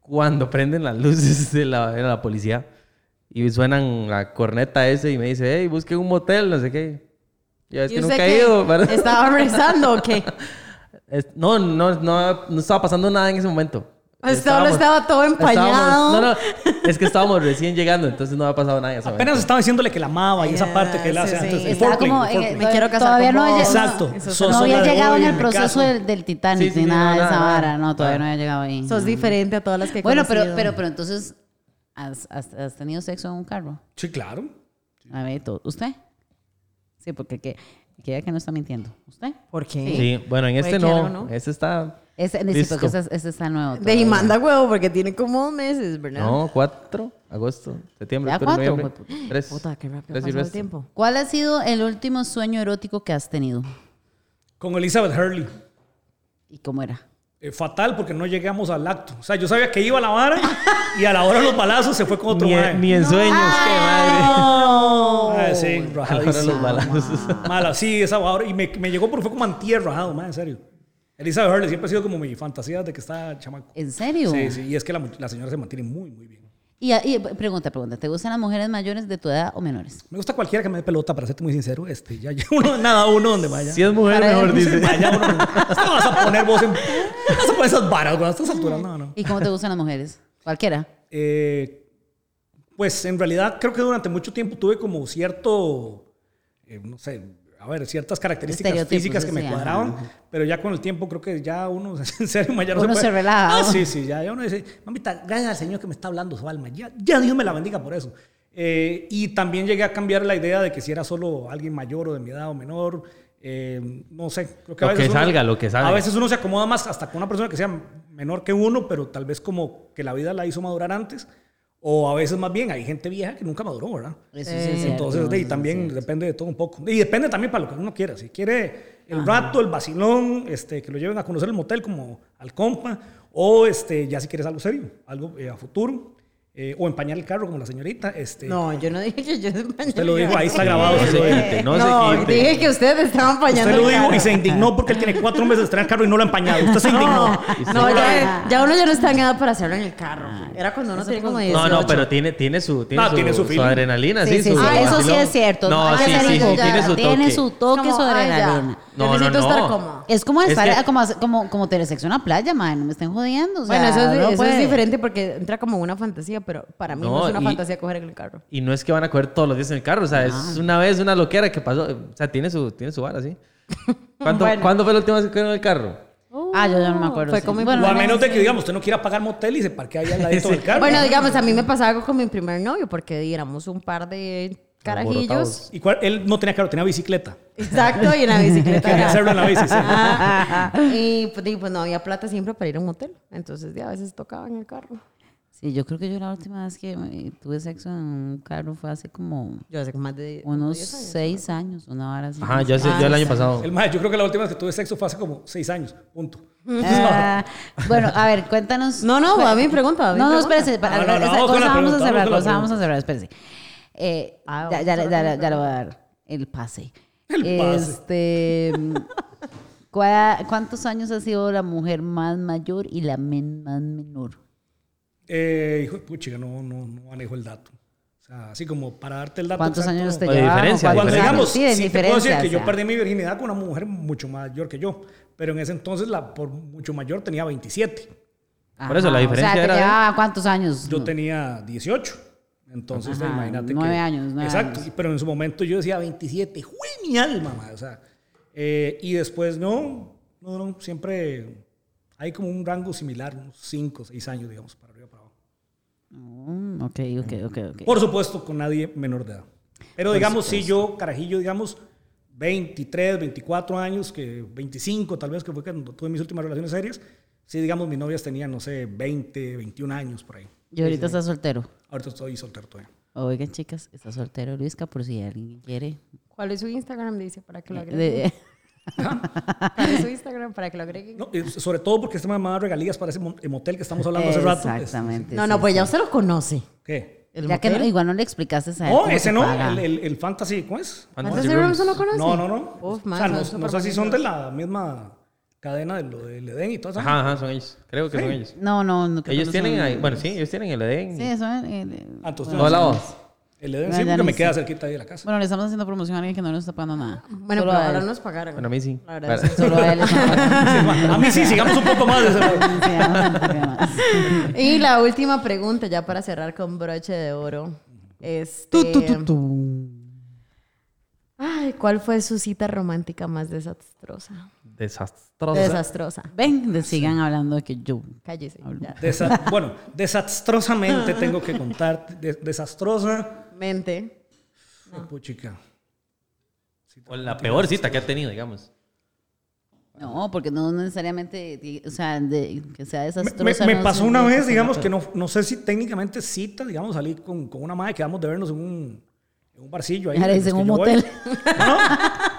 Cuando prenden las luces de la, de la policía y suenan la corneta ese y me dice, hey, busquen un motel, no sé qué. Ya es
¿Y
que
usted
nunca
qué?
he ido. ¿verdad?
¿Estaba rezando o qué?
Es- No, no, no, no estaba pasando nada en ese momento.
Solo estaba todo empañado.
estábamos- no, no, es que estábamos recién llegando, entonces no había pasado nada en ese
Apenas
momento.
estaba diciéndole que la amaba y esa parte que él
sí,
hace
sí.
antes. el
Estaba
foreplay,
como
el
en el- pues,
foreplay.
Me quiero casar
todavía
con
no,
vos.
había-
Exacto.
no
Sos
había
la de
llegado
hoy,
en el
me
proceso
caso.
del, del Titanic
Sí, sí,
ni
sí,
nada
no,
de
nada,
esa
nada.
vara, no, todavía no había llegado ahí.
Sos
No.
diferente a todas las que he
Bueno, pero,
conocido.
pero, pero entonces, ¿has, has, has tenido sexo en un carro?
Sí, claro.
A ver, todo. ¿usted? Sí, porque que, que ella que no está mintiendo. ¿Usted?
¿Por qué?
Sí, bueno, en
Puede
este
que
no,
algo, ¿no?
Este está.
Ese, sí,
Listo.
porque ese, ese está nuevo.
De y
todavía.
manda huevo porque tiene como dos meses, ¿verdad?
No, 4, agosto, septiembre,
Ya
octubre,
cuatro,
noviembre.
jueputa.
Tres.
Puta, qué rápido
Tres y
pasó el
resto.
tiempo.
¿Cuál ha sido el último sueño erótico que has tenido?
Con Elizabeth Hurley.
¿Y cómo era?
Eh, fatal porque no llegamos al acto. O sea, yo sabía que iba a la vara y a la hora de los balazos se fue con otro
Ni,
mae.
ni en sueños, qué madre.
Ah, sí,
Ahora
rajadísimo.
los balazos.
Mala, sí, esa vara. Y me, me llegó porque fue como antier rajado, mae, en serio. Elizabeth Hurley siempre ha sido como mi fantasía de que está chamaco.
¿En serio?
Sí, sí, y es que la, mu- la señora se mantiene muy, muy bien.
Y, y pregunta, pregunta, ¿te gustan las mujeres mayores de tu edad o menores?
Me gusta cualquiera que me dé pelota, para serte muy sincero. Este, ya, ya uno, nada, uno donde vaya.
Si es mujer, mejor dice.
Vaya uno. Hasta vas a poner vos en. Vas a poner esas varas, güey, a estas alturas. No, no.
¿Y cómo te gustan las mujeres? Cualquiera.
Eh, pues en realidad creo que durante mucho tiempo tuve como cierto, eh, no sé, a ver, ciertas características
Estereotipos,
físicas que me
sí,
cuadraban,
ajá.
pero ya con el tiempo creo que ya uno, en serio, ya no
Uno
se, puede.
se relaja.
Ah, sí, sí, ya, ya uno dice, mamita, gracias al Señor que me está hablando su alma, ya, ya Dios me la bendiga por eso. Eh, y también llegué a cambiar la idea de que si era solo alguien mayor o de mi edad o menor, eh, no sé, creo que a
Lo que
veces uno-
salga, lo que salga.
A veces uno se acomoda más hasta con una persona que sea menor que uno, pero tal vez como que la vida la hizo madurar antes. O a veces más bien hay gente vieja que nunca maduró, ¿verdad?
Eso
Eh,
es cierto,
Entonces,
eso
de,
sí
y
es
también
cierto.
depende de todo un poco. Y depende también para lo que uno quiera. Si quiere el rato, el vacilón, este, que lo lleven a conocer el motel como al compa, o este, ya si quieres algo serio, algo eh, a futuro. eh, o empañar el carro como la señorita. Este,
No, yo no dije que yo
Usted lo dijo, ahí está grabado.
No
usted
se
lo dijo.
quite, no, se quite.
dije que ustedes estaban pañando.
Usted lo dijo y se indignó porque él tiene cuatro meses de estrenar carro y no lo ha empañado. Usted se indignó.
No, ya, ya uno ya no está en edad para hacerlo en el carro. Era cuando uno tenía como 18.
No, no, pero tiene, tiene su, tiene
No,
su,
tiene su
su
feeling.
adrenalina, sí.
Sí, sí,
su
sí. Ah, eso sí
vacilón.
es cierto.
No,
Hay que
sí,
ser
sí,
hijo
sí,
de-
tiene su toque.
Tiene su toque
Como,
sobre
ay, ya.
adrenalina.
No, no,
Necesito
no.
estar como.
Es como
Es
estar
que-
como, como, como telesexo en la playa, madre. No me estén jodiendo. o sea,
Bueno, eso, es,
no
eso es
puede.
diferente porque entra como una fantasía, pero para mí no,
No,
es una
y-
fantasía coger en el carro.
Y no es que van a correr todos los días en el carro, o sea,
Ah.
es una vez una loquera que pasó, o sea, tiene su, tiene su vara, sí. ¿Cuánto-
Bueno.
¿Cuándo fue la última vez que corrieron en el carro?
Ah, yo ya no me acuerdo,
Oh, Fue
sí.
como mi
Bueno,
O a
primer-
menos de que, digamos, usted no quiera pagar motel y se parquea ahí al ladito del carro.
Bueno, digamos, a mí me pasaba algo con mi primer novio porque éramos un par de carajillos.
Alborotados.
Y cuál- él no tenía carro, tenía bicicleta.
Exacto, y en la bicicleta.
Quería
era-
hacerlo en la bici, sí.
Ah, y, pues, di, pues no había plata siempre para ir a un motel. Entonces, di, a veces tocaba en el carro.
Sí, yo creo que yo la última vez que eh, tuve sexo en un carro fue hace como
Yo hace más de.
unos seis años, una hora así.
Ajá, yo, hace- yo el año pasado.
El mae, yo creo que la última vez que tuve sexo fue hace como seis años. Punto.
Ah, bueno, a ver, cuéntanos.
No, no, a mí pregunta. a mí
No, no,
pregunta.
espérese. para-
No, no, no,
esa
vamos con
cosa
la
vamos a
pregunta,
cerrar,
vamos con
cosa
la
vamos a cerrar, espérese. Eh,
Ah,
ya, ya, le- ya, le- ya le voy a dar el pase.
El pase.
Este, ¿cuá- ¿Cuántos años ha sido la mujer más mayor y la men- más menor?
Eh, hijo de puchiga, no, no, no manejo el dato. O sea, así como para darte el dato.
¿Cuántos
exacto,
años te
No, de
llevaban? o
diferencia,
cuántos
Cuando
diferencia.
años?
digamos,
Sí, de
sí, te puedo decir
diferencia.
que
o
yo
sea.
perdí mi virginidad con una mujer mucho mayor que yo, pero en ese entonces la por mucho mayor tenía 27,
Por eso, la diferencia
o sea, te
era de-
llevaba ¿Cuántos años?
yo
No.
tenía 18. Entonces,
Ajá,
imagínate que-
nueve años, nueve
Exacto,
años.
pero en su momento yo decía 27, ¡Jue mi alma, ma! O sea, eh, y después no, no, no, siempre hay como un rango similar, unos 5, 6 años, digamos, para arriba para abajo.
Mm, ok, ok, ok, ok.
Por supuesto, con nadie menor de edad. Pero digamos, si yo, carajillo, digamos, 23, 24 años, que 25 tal vez, que fue cuando tuve mis últimas relaciones serias, sí, digamos, mis novias tenían, no sé, 20, 21 años por ahí.
Y ahorita está soltero.
Ahorita estoy soltero todavía.
Oigan, chicas, está soltero Luisca por si alguien quiere.
¿Cuál es su Instagram? Dice para que lo agreguen.
De- ah.
¿Cuál es su Instagram para que lo agreguen?
No, eh, sobre todo porque este mamá regalías para ese mon- eh, motel que estamos hablando hace rato. Es-
Exactamente.
No,
sí,
no, pues
sí.
ya usted lo conoce.
¿Qué?
El
Ya que no-
motel.
igual no le explicaste a él
No,
cómo se
ese no,
paga. Ah,
el, el- el fantasy, ¿cómo es?
¿Fantasy Rooms no lo conoce?
No, no, no.
Uf,
o
man,
sea,
son
no, no sé si son de
superbonitos.
la misma cadena de lo del Edén y todo eso.
Ajá, ajá, son ellos. Creo que son ellos.
No, no, no, creo que
Ellos
no
tienen
son-
ahí, bueno, sí, ellos tienen el Edén.
Sí, son. eh, eh,
Ah, entonces-
Hola vos.
El Edén
No,
sí,
ya
porque
ni
me
sé.
queda cerquita ahí de la casa.
Bueno, le estamos haciendo promoción a alguien que no nos está pagando nada.
Bueno,
Solo
pero
a
ahora
él.
nos pagaron.
Bueno, a mí sí.
La verdad es
Solo a él.
A mí sí, sigamos un poco más. de ese-
Sí, vamos un poco más.
que- Y la última pregunta, ya para cerrar con broche de oro. Este...
Eh,
Ay, ¿cuál fue su cita romántica más desastrosa?
Desastroso.
Desastrosa.
Ven, de- sigan hablando de que yo.
Cállese. ya.
Desa- bueno, desastrosamente tengo que contarte. de- desastrosa.
Mente.
Puchica.
O la peor cita que ha tenido, digamos.
No, porque no necesariamente, o sea, de- que sea
Me,
desastrosa.
me- me
no
pasó
significa
una vez,
sea
digamos,
peor.
que no, no sé si técnicamente cita, digamos, salí con, con una madre, quedamos de vernos en un, en un barcillo ahí.
Ya le dicen
los que
un
yo voy.
motel.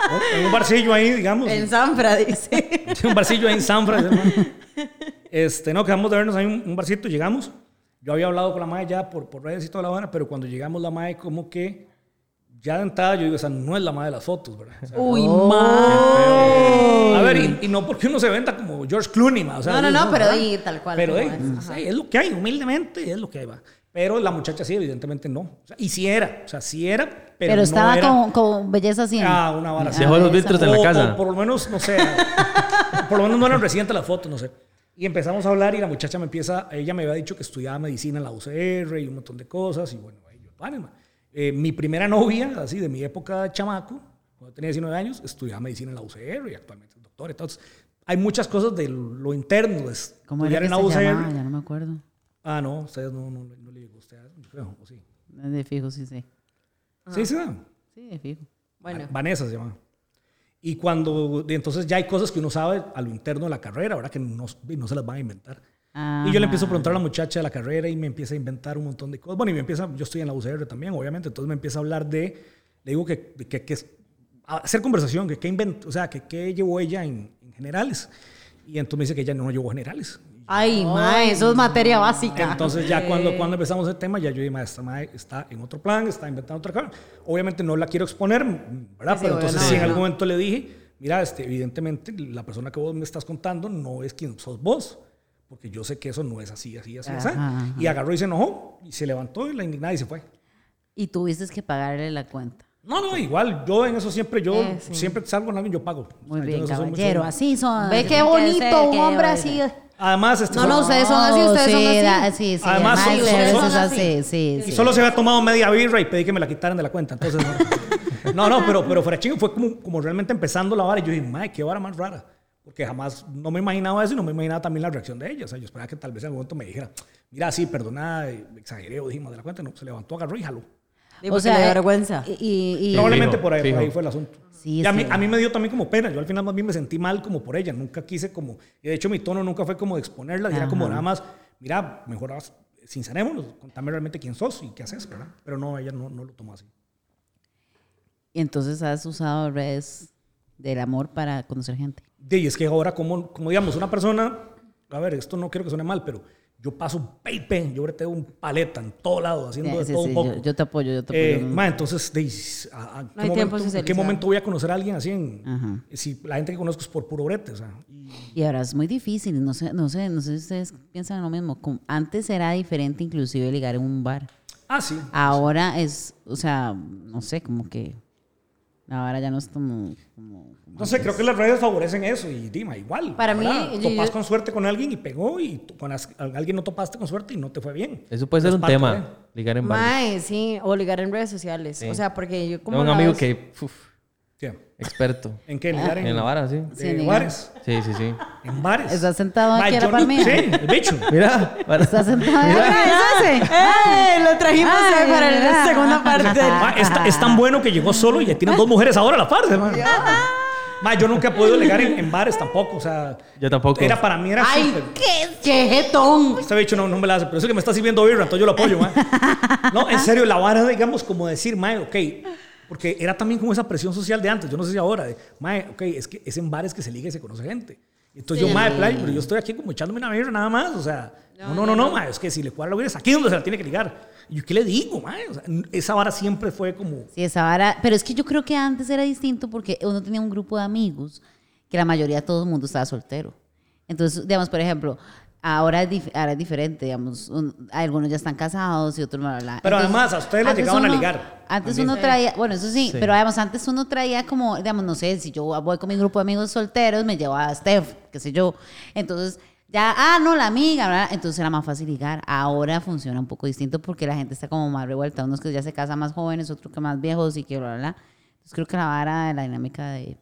No, no, en un barcillo ahí, digamos.
En Sanfra, dice.
Sí, un barcillo ahí en San Francisco. Este, no, quedamos de vernos ahí un, un barcito, llegamos. Yo había hablado con la madre ya por, por redes y toda la vara, pero cuando llegamos la madre como que ya de entrada yo digo, esa no es la madre de las fotos, ¿verdad? O sea,
Uy, ma.
a ver, y, y no porque uno se venda como George Clooney, ma, o sea,
No, no, no, pero
¿verdad?
y tal cual,
Ah. Pero
como
ey,
es, ajá.
sí, es lo que hay, humildemente es lo que hay, va. Pero la muchacha sí, evidentemente no. O sea, y sí era, o sea, sí era, pero,
Pero,
no
estaba
era-
con, con belleza 100.
Ah, una vara así.
Dejó los filtros en
O-
la
o
casa.
por lo menos, no sé. por lo menos no eran recientes las fotos, no sé. Y empezamos a hablar y la muchacha me empieza, ella me había dicho que estudiaba medicina en la UCR y un montón de cosas. Y bueno, ahí yo, "Pánima". Eh, mi primera novia, así de mi época de chamaco, cuando tenía 19 años, estudiaba medicina en la UCR y actualmente es doctora. Entonces, hay muchas cosas de lo interno. De
¿Cómo
estudiar
era que
en la
se
UCR.
llamaba? Ya no me acuerdo.
Ah, no, ustedes no, no, no le llegó a ustedes, yo creo, o sí.
De fijo, sí, sí.
Sí, sí, no.
Sí, de fijo.
Bueno,
Vanessa se llama. Y cuando, y entonces ya hay cosas que uno sabe a lo interno de la carrera, ¿verdad? Que no, y no se las van a inventar. Y yo le empiezo a preguntar a la muchacha de la carrera y me empieza a inventar un montón de cosas. Bueno, y me empieza, yo estoy en la UCR también, obviamente, entonces me empieza a hablar de, le digo que, de que, que es- a hacer conversación, que qué inventó, o sea, que qué llevó ella en, en generales. Y entonces me dice que ella no llevó generales. Y
Ay, ma, eso es materia básica.
Entonces ya cuando, cuando empezamos el tema, ya yo dije, ma, esta madre está en otro plan, está inventando otra cosa. Obviamente no la quiero exponer, ¿verdad?
Sí,
Pero
obvio,
entonces
no,
sí en
no.
algún momento le dije, mira, este, evidentemente la persona que vos me estás contando no es quien sos vos, porque yo sé que eso no es así, así, así, así.
Ajá, ajá.
Y agarró y se enojó, y se levantó y la indignada y se fue.
Y tuviste que pagarle la cuenta.
No, no, igual, yo en eso siempre, yo
Eh, sí.
siempre que salgo con alguien, yo pago.
Muy
O sea, yo
bien,
no soy mucho-
caballero. Así son.
Ve
Así
qué
tiene que ser,
bonito un
qué
hombre
vaina.
así.
Además, este,
No, no,
solo-
ustedes son así,
No,
ustedes son
sí,
así.
da- sí, sí, además,
Además, son-
ustedes
son
son
así.
así, sí,
Y
sí.
solo se había tomado media birra y pedí que me la quitaran de la cuenta. Entonces, no, no, no, pero, pero fuera chingo, fue como, como realmente empezando la vara. Y yo dije, madre, qué vara más rara. Porque jamás no me imaginaba eso y no me imaginaba también la reacción de ella. O sea, yo esperaba que tal vez en algún momento me dijera, mira, sí, perdona, eh, exageré o dijimos de la cuenta. No, se levantó, agarró y jaló.
o sea,
eh,
vergüenza.
Y, y- y-
No,
Probablemente
fijo,
por, ahí, por
fijo.
ahí fue el asunto.
Sí,
y a,
sí.
mí, a mí me dio también como pena. Yo al final más bien me sentí mal como por ella. Nunca quise como... y de hecho mi tono nunca fue como de exponerla. Era como nada más, mira, mejor haz- sincerémonos, contame realmente quién sos y qué haces, ¿verdad? Pero no, ella no, no lo tomó así.
y entonces has usado redes del amor para conocer gente.
De, y es que ahora, como, como digamos, una persona, a ver, esto no quiero que suene mal, pero yo paso pepe, yo breteo un paleta en todo lado, haciendo
Sí,
de
sí,
todo
sí,
un
yo-
poco.
yo, te apoyo, yo te
Eh,
apoyo.
ma, entonces, de, s- a- a- ¿qué
hay tiempo
momento-
de
¿en qué
socializar.
momento voy a conocer a alguien así? en-
Ajá.
si la gente que conozco es por puro brete, o sea. y-
Y ahora es muy difícil, no sé, no sé, no sé si ustedes piensan lo mismo. Como- Antes era diferente inclusive ligar en un bar.
ah, sí.
Ahora es, o sea, no sé, como que ahora ya no es como... como- como
No sé, creo que las redes favorecen eso y Dima, igual.
Para mí,
¿verdad?
yo-
Topas
yo-
con suerte con alguien y pegó y tú con as- alguien no topaste con suerte y no te fue bien.
Eso puede ser
Es
un
parte
tema.
de-
Ligar en bares.
Mae, sí, o ligar en redes sociales. O sea, porque yo como.
Tengo un
la
amigo
vez-
que, uf,
Sí.
experto.
¿En qué? ¿Ligar en,
En la vara, sí.
Sí,
eh,
en ligar.
bares?
Sí, sí, sí.
En bares.
¿Estás sentado aquí
Ma,
a la
yo-
par mía?
Sí, el bicho.
Mira, para-
¿Estás sentado aquí? ¿Es ese?
¡Eh! Lo trajimos
Ay,
eh, para la
¿verdad?
segunda parte.
Ma, es, ta- es tan bueno que llegó solo y ya tiene dos mujeres ahora a la parte, yo nunca he podido ligar en, en bares tampoco, o sea.
Yo tampoco.
Era para mí, era
¡Ay,
súper-
qué, qué jetón!
Este bicho no, no me la hace, pero eso que me está sirviendo birra, entonces yo lo apoyo, ma. No, en serio, la vara, digamos, como decir, mae, ok, porque era también como esa presión social de antes, yo no sé si ahora, de, mae, ok, es que es en bares que se liga y se conoce gente. Entonces yo, mae, play, pero yo estoy aquí como echándome una birra nada más, o sea, no, no, no, no, mae, es que si le cuadra la birra es aquí donde se la tiene que ligar. ¿Y yo qué le digo, mae? O sea, n- esa vara siempre fue como,
Sí, esa vara. Pero es que yo creo que antes era distinto porque uno tenía un grupo de amigos que la mayoría todo el mundo estaba soltero. Entonces, digamos, por ejemplo, ahora es, dif- ahora es diferente, digamos, un- algunos ya están casados y otros no.
Pero además, a ustedes les llegaban a ligar
Antes
también.
uno traía, bueno, eso sí, pero además antes uno traía como, digamos, no sé, si yo voy con mi grupo de amigos solteros, me llevaba a Steph, qué sé yo. Entonces, ya, ah, no, la amiga, ¿verdad? Entonces era más fácil ligar. Ahora funciona un poco distinto porque la gente está como más revuelta. Unos que ya se casan más jóvenes, otros que más viejos y que bla, bla, bla. Entonces creo que la vara de la dinámica de,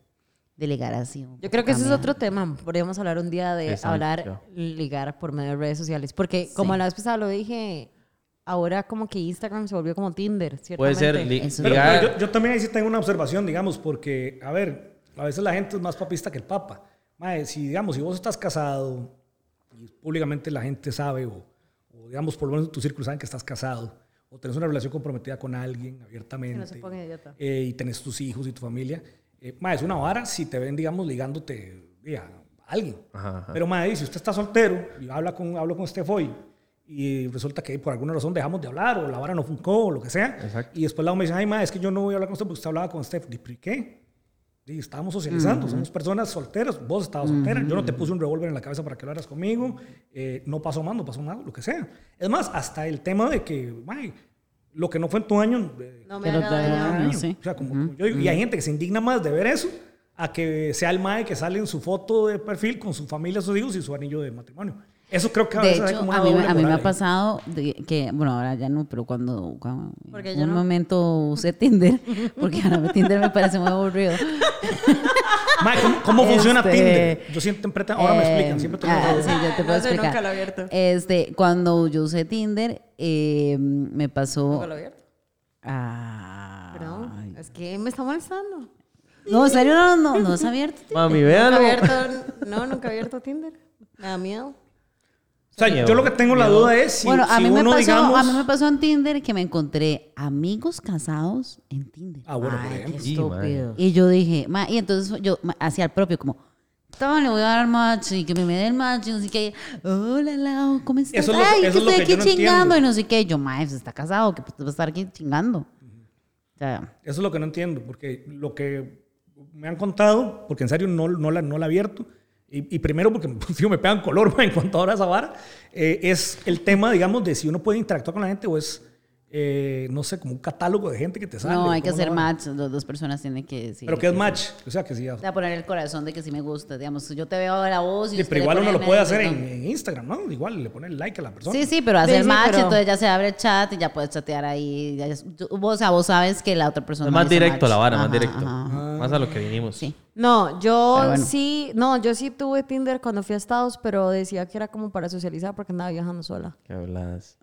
de ligar así. un
Yo
poco
creo que ese es
cambia.
otro tema. Podríamos hablar un día de
Exacto.
hablar, ligar por medio de redes sociales. Porque como la vez pasada lo dije, ahora como que Instagram se volvió como Tinder, ¿cierto?
puede ser li-
Eso.
Pero, pero
ligar.
yo, yo también ahí sí tengo una observación, digamos, porque, a ver, a veces la gente es más papista que el papa. Mae, si, digamos, si vos estás casado y públicamente la gente sabe, o, o, digamos, por lo menos en tu círculo saben que estás casado, o tenés una relación comprometida con alguien abiertamente,
se ponga idiota.
eh, y tenés tus hijos y tu familia, eh, mae, es una vara si te ven, digamos, ligándote eh, a alguien.
Ajá, ajá.
Pero, mae, si usted está soltero y habla con, hablo con este hoy y resulta que por alguna razón dejamos de hablar o la vara no funcó o lo que sea.
Exacto.
Y después la me dice, ay, mae, es que yo no voy a hablar con usted porque usted hablaba con Steph. ¿Y por qué? Y estábamos socializando, somos personas solteras, vos estabas soltera, yo no te puse un revólver en la cabeza para que lo hagas conmigo, eh, no pasó más, no pasó nada, lo que sea. Es más, hasta el tema de que, mae, lo que no fue en tu año, eh,
No me
Pero
haga
te-
daño.
Ah, sí.
o sea, como, como yo digo, y hay gente que se indigna más de ver eso a que sea el mae que sale en su foto de perfil con su familia, sus hijos y su anillo de matrimonio. Eso creo que a
De
veces hay
hecho,
como una
a mí, me-
doble
a mí me
moral
ha
ahí.
pasado de que, bueno, ahora ya no, pero cuando, cuando
Porque
en
ya
un
no.
momento usé Tinder, porque ahora Tinder me parece muy aburrido.
Mae, ¿cómo, cómo funciona
Este,
Tinder? Yo siempre, te- ahora me
Eh,
explican, siempre tengo
ah,
una
sí,
duda.
yo te
No
puedo
sé,
explicar.
nunca lo he abierto.
Este, cuando yo usé Tinder, eh, me pasó...
Nunca lo he abierto.
Ah,
Perdón, es que me está molestando.
no, en serio, no, no, no es abierto.
Mami,
Nunca
véalo.
he abierto, no, nunca he abierto Tinder. Me da miedo.
O sea, yo lo que tengo la duda es si,
bueno, a
si
mí, me
uno,
pasó,
digamos...
a mí me pasó en Tinder que me encontré amigos casados en Tinder.
Ah, bueno, por
Ay, qué
ejemplo.
Sí, mae.
estúpido.
Y yo dije, ma, y entonces yo ma, hacía el propio, como, Toma, le voy a dar macho y que me, me dé el macho y no sé qué. Hola, Lau, ¿cómo estás?
Eso es lo-
Ay,
eso
que
es lo
estoy
que
aquí
yo no
chingando
entiendo.
y no sé qué. Y yo, mae, pues está casado, que pues, va a estar aquí chingando. O sea,
Eso es lo que no entiendo, porque lo que me han contado, porque en serio no, no, la, no la he abierto, y, y primero porque tío, me pegan color ma, en cuanto ahora esa vara, eh, es el tema, digamos, de si uno puede interactuar con la gente o es, eh, no sé, como un catálogo de gente que te sale.
no, hay
¿cómo
que
es la
hacer
vara?
match. Las dos personas tienen que decir.
Pero que es match, o sea, que sí.
O sea, poner el corazón de que sí me gusta. Digamos, yo te veo la voz y.
Sí,
usted
pero
pues, le
igual
pone
uno lo
me
puede
gusta,
hacer en,
¿no?
en Instagram, ¿no? Igual le pone el like a la persona.
Sí, sí, pero hacer
sí,
match,
pero-
entonces ya se abre el chat y ya puedes chatear ahí. ya es- tú- vos, o sea, vos sabes que la otra persona.
Es más
hizo
directo
match.
la vara, más
Ajá,
directo.
ajá.
Más a lo que vinimos.
Sí.
No, yo
Pero bueno.
sí, no, yo sí tuve Tinder cuando fui a Estados, pero decía que era como para socializar porque andaba viajando sola.
Qué hablas.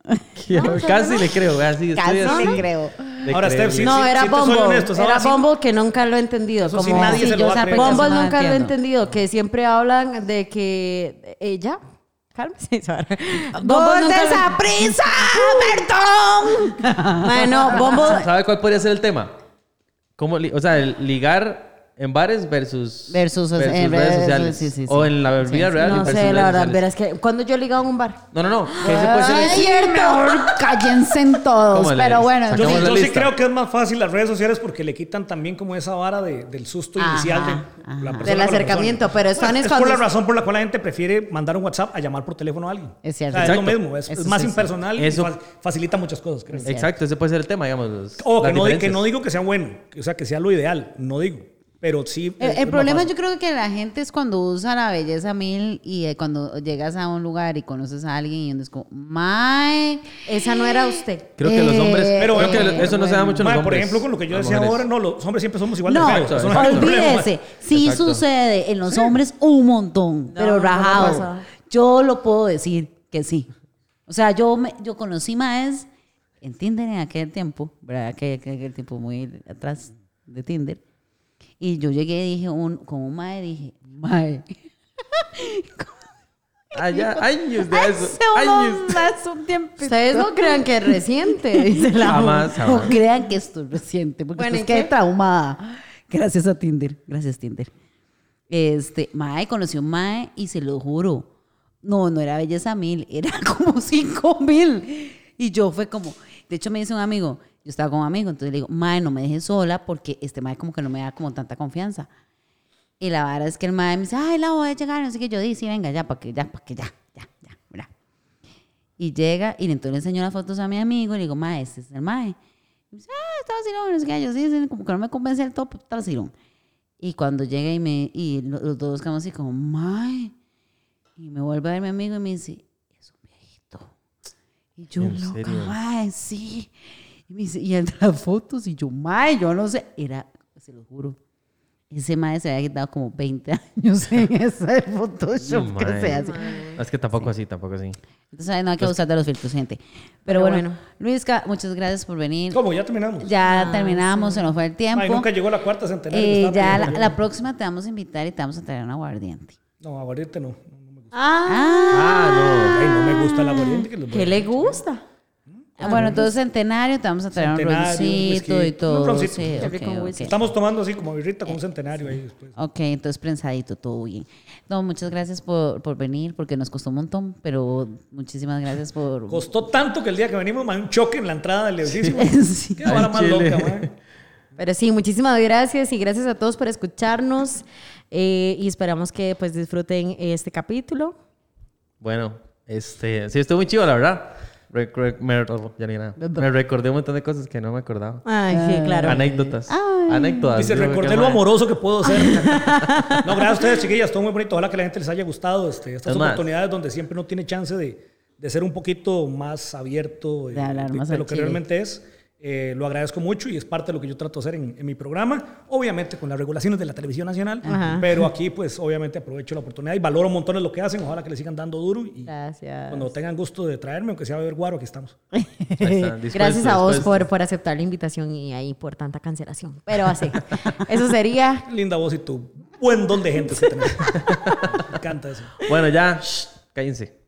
Casi le creo, güey, así estoy
Casi
así.
le creo.
Le
Ahora,
creo,
Steph, sí,
güey.
no, era
sí te soy
Bombo.
honesto, esa
era
vara sí-
Bombo que nunca lo he entendido.
Eso
como,
sí nadie se
Sí,
lo
yo pues,
va a
esa
creer.
parte-
Bombo
no
nunca lo he
entiendo.
entendido, que siempre hablan de que ella. Cálmese, Sara.
¡Vos
nunca lo-
prisa, Bertón!
Mae, no, Bombo.
¿Sabe cuál podría ser el tema? ¿Cómo li- o sea, el ligar en bares versus,
Versus, eh,
redes
redes
sociales.
sociales, sí, sí, sí.
O en la vida
Sí,
real y
No
versus
sé,
redes
la verdad,
sociales.
pero es que cuando yo ligaba en un bar.
No, no, no. Que ese puede ser el-
Mejor cállense en todos.
¿Cómo le-
Pero bueno,
sacamos
Yo,
Hagamos
sí-
la
yo sí
lista.
creo que es más fácil las redes sociales porque le quitan también como esa vara de- del susto
Ajá,
inicial de
ajá.
la persona
Del
con la
acercamiento,
persona.
pero eso
Bueno,
es
es
cuando
por la
es-
razón por la cual la gente prefiere mandar un WhatsApp a llamar por teléfono a alguien.
Es cierto.
O sea, es lo
Exacto.
mismo, es, es
Eso
más
sí es
impersonal y
Eso-
fa- facilita muchas cosas, creo.
Exacto, ese puede ser el tema, digamos. los-
O Oh, que
las
no, di- que
diferencias.
no digo que sea bueno, que- o sea, que sea lo ideal, no digo, pero sí.
El, el
es- es más
problema yo
fácil.
creo que la gente es cuando usa la belleza mil y eh, cuando llegas a un lugar y conoces a alguien y uno es como, ¡Mae!
Esa no era usted.
Creo que los hombres.
Pero
creo
bueno,
que eso no se da
bueno.
mucho en los
Ma,
hombres.
por ejemplo, con lo que yo
las
decía
mujeres.
ahora, no, los hombres siempre somos igual
No,
de feos. eso no es el problema.
olvídese. Sí
Exacto.
sucede en los hombres un montón, pero
no me ha
rajado.
pasado.
yo lo puedo decir que sí. O sea, yo me, yo conocí más en Tinder en aquel tiempo, ¿verdad? Aquel, aquel- aquel tiempo muy atrás de Tinder. Y yo llegué y dije, un, con un mae, dije, mae,
Ah, ya, años de eso.
hace un
Años.
más un tiempo.
Ustedes no crean que es reciente, dice la
Jamás,
No
jamás.
crean que esto es reciente, porque
Bueno,
pues
¿y
quedé
qué?
traumada. Gracias a Tinder. Gracias, Tinder. Este, Mae conoció a un Mae y se lo juro. No, no era belleza mil, era como cinco mil. Y yo fue como, de hecho me dice un amigo, yo estaba con un amigo, entonces le digo, Mae, no me dejes sola porque este Mae como que no me da como tanta confianza. Y la vara es que el Mae me dice, ay, la voy a llegar, no sé qué. Yo dije, sí, venga, ya, para que ya, para que ya, ya, ya, ¿verdad? Y llega y entonces le enseño las fotos a mi amigo y le digo, mae, este es el mae. Y me dice, ah, estaba vacilón, no sé qué. Yo sí, sí, como que no me convence pues, el top, está vacilón. Y cuando llega y me, y lo- los dos quedamos así como, mae. Y me vuelve a ver mi amigo y me dice, es un viejito. Y yo,
¿En
loca,
serio?
mae, sí. Y me dice, y entre las fotos, y yo, mae, yo no sé. Era, se lo juro. Ese mae se había quitado como 20 años en ese Photoshop
Sí, mae.
que
Pues
se hace.
Es que tampoco así, tampoco así.
Entonces ay, no hay que abusar de los filtros, gente. Pero,
Pero
bueno,
bueno.
Luisca, muchas gracias por venir.
¿Cómo? Ya terminamos.
Ya terminamos, se nos fue el tiempo.
Ay, nunca llegó la cuarta centenaria. que
Eh,
estaba
ya la,
pidiendo.
la próxima te vamos a invitar y te vamos a traer un aguardiente.
No, aguardiente no. no, no me gusta.
Ah,
Ay, no me gusta el aguardiente. Que les voy a-
¿Qué le gusta?
Ah, bueno, entonces centenario, te vamos a traer un
Centenario,
roncito y
whisky.
todo.
Un roncito.
sí,
Qué
ok,
rico,
ok.
whisky.
Estamos tomando así como birrita con un centenario ahí después.
Ok, entonces prensadito, todo bien. No, muchas gracias por, por venir, porque nos costó un montón, pero muchísimas gracias por...
Costó tanto que el día que venimos, man, un choque en la entrada del edificio.
Sí.
Qué vara
Ay,
más
chile.
loca, man.
Pero sí, muchísimas gracias y gracias a todos por escucharnos eh, y esperamos que pues disfruten este capítulo.
Bueno, este, sí, estuvo muy chido, la verdad. Re- re- me, ya ni nada. Me recordé un montón de cosas que no me acordaba.
Ay,
Ah.
sí, claro.
Anécdotas. Anécdotas.
Dice,
Yo creo que
recordé lo
mae.
amoroso que puedo ser. no, gracias a ustedes, chiquillas. Todo muy bonito. Ojalá que la gente les haya gustado este, estas
Es más.
oportunidades donde siempre uno tiene chance de, de ser un poquito más abierto eh,
De hablar más al
lo que
chile.
realmente es. Eh, lo agradezco mucho y es parte de lo que yo trato de hacer en, en mi programa. Obviamente con las regulaciones de la televisión nacional,
Ajá.
pero aquí pues obviamente aprovecho la oportunidad y valoro montones lo que hacen. Ojalá que le sigan dando duro y
Gracias.
cuando tengan gusto de traerme, aunque sea a beber guaro, aquí estamos.
Ahí está,
Gracias
dispuesto,
a vos
dispuesto.
por, por aceptar la invitación y ahí por tanta cancelación. Pero así, eso sería.
Linda voz y tu buen don de gente que tenés. Me encanta eso.
Bueno, ya, shh, cállense.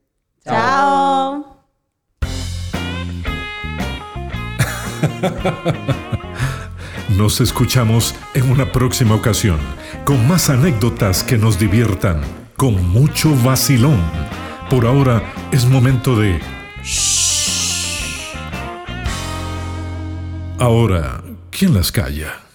Chao.
Nos escuchamos en una próxima ocasión. con más anécdotas que nos diviertan, con mucho vacilón. Por ahora es momento de... Shh. Ahora, ¿quién las calla?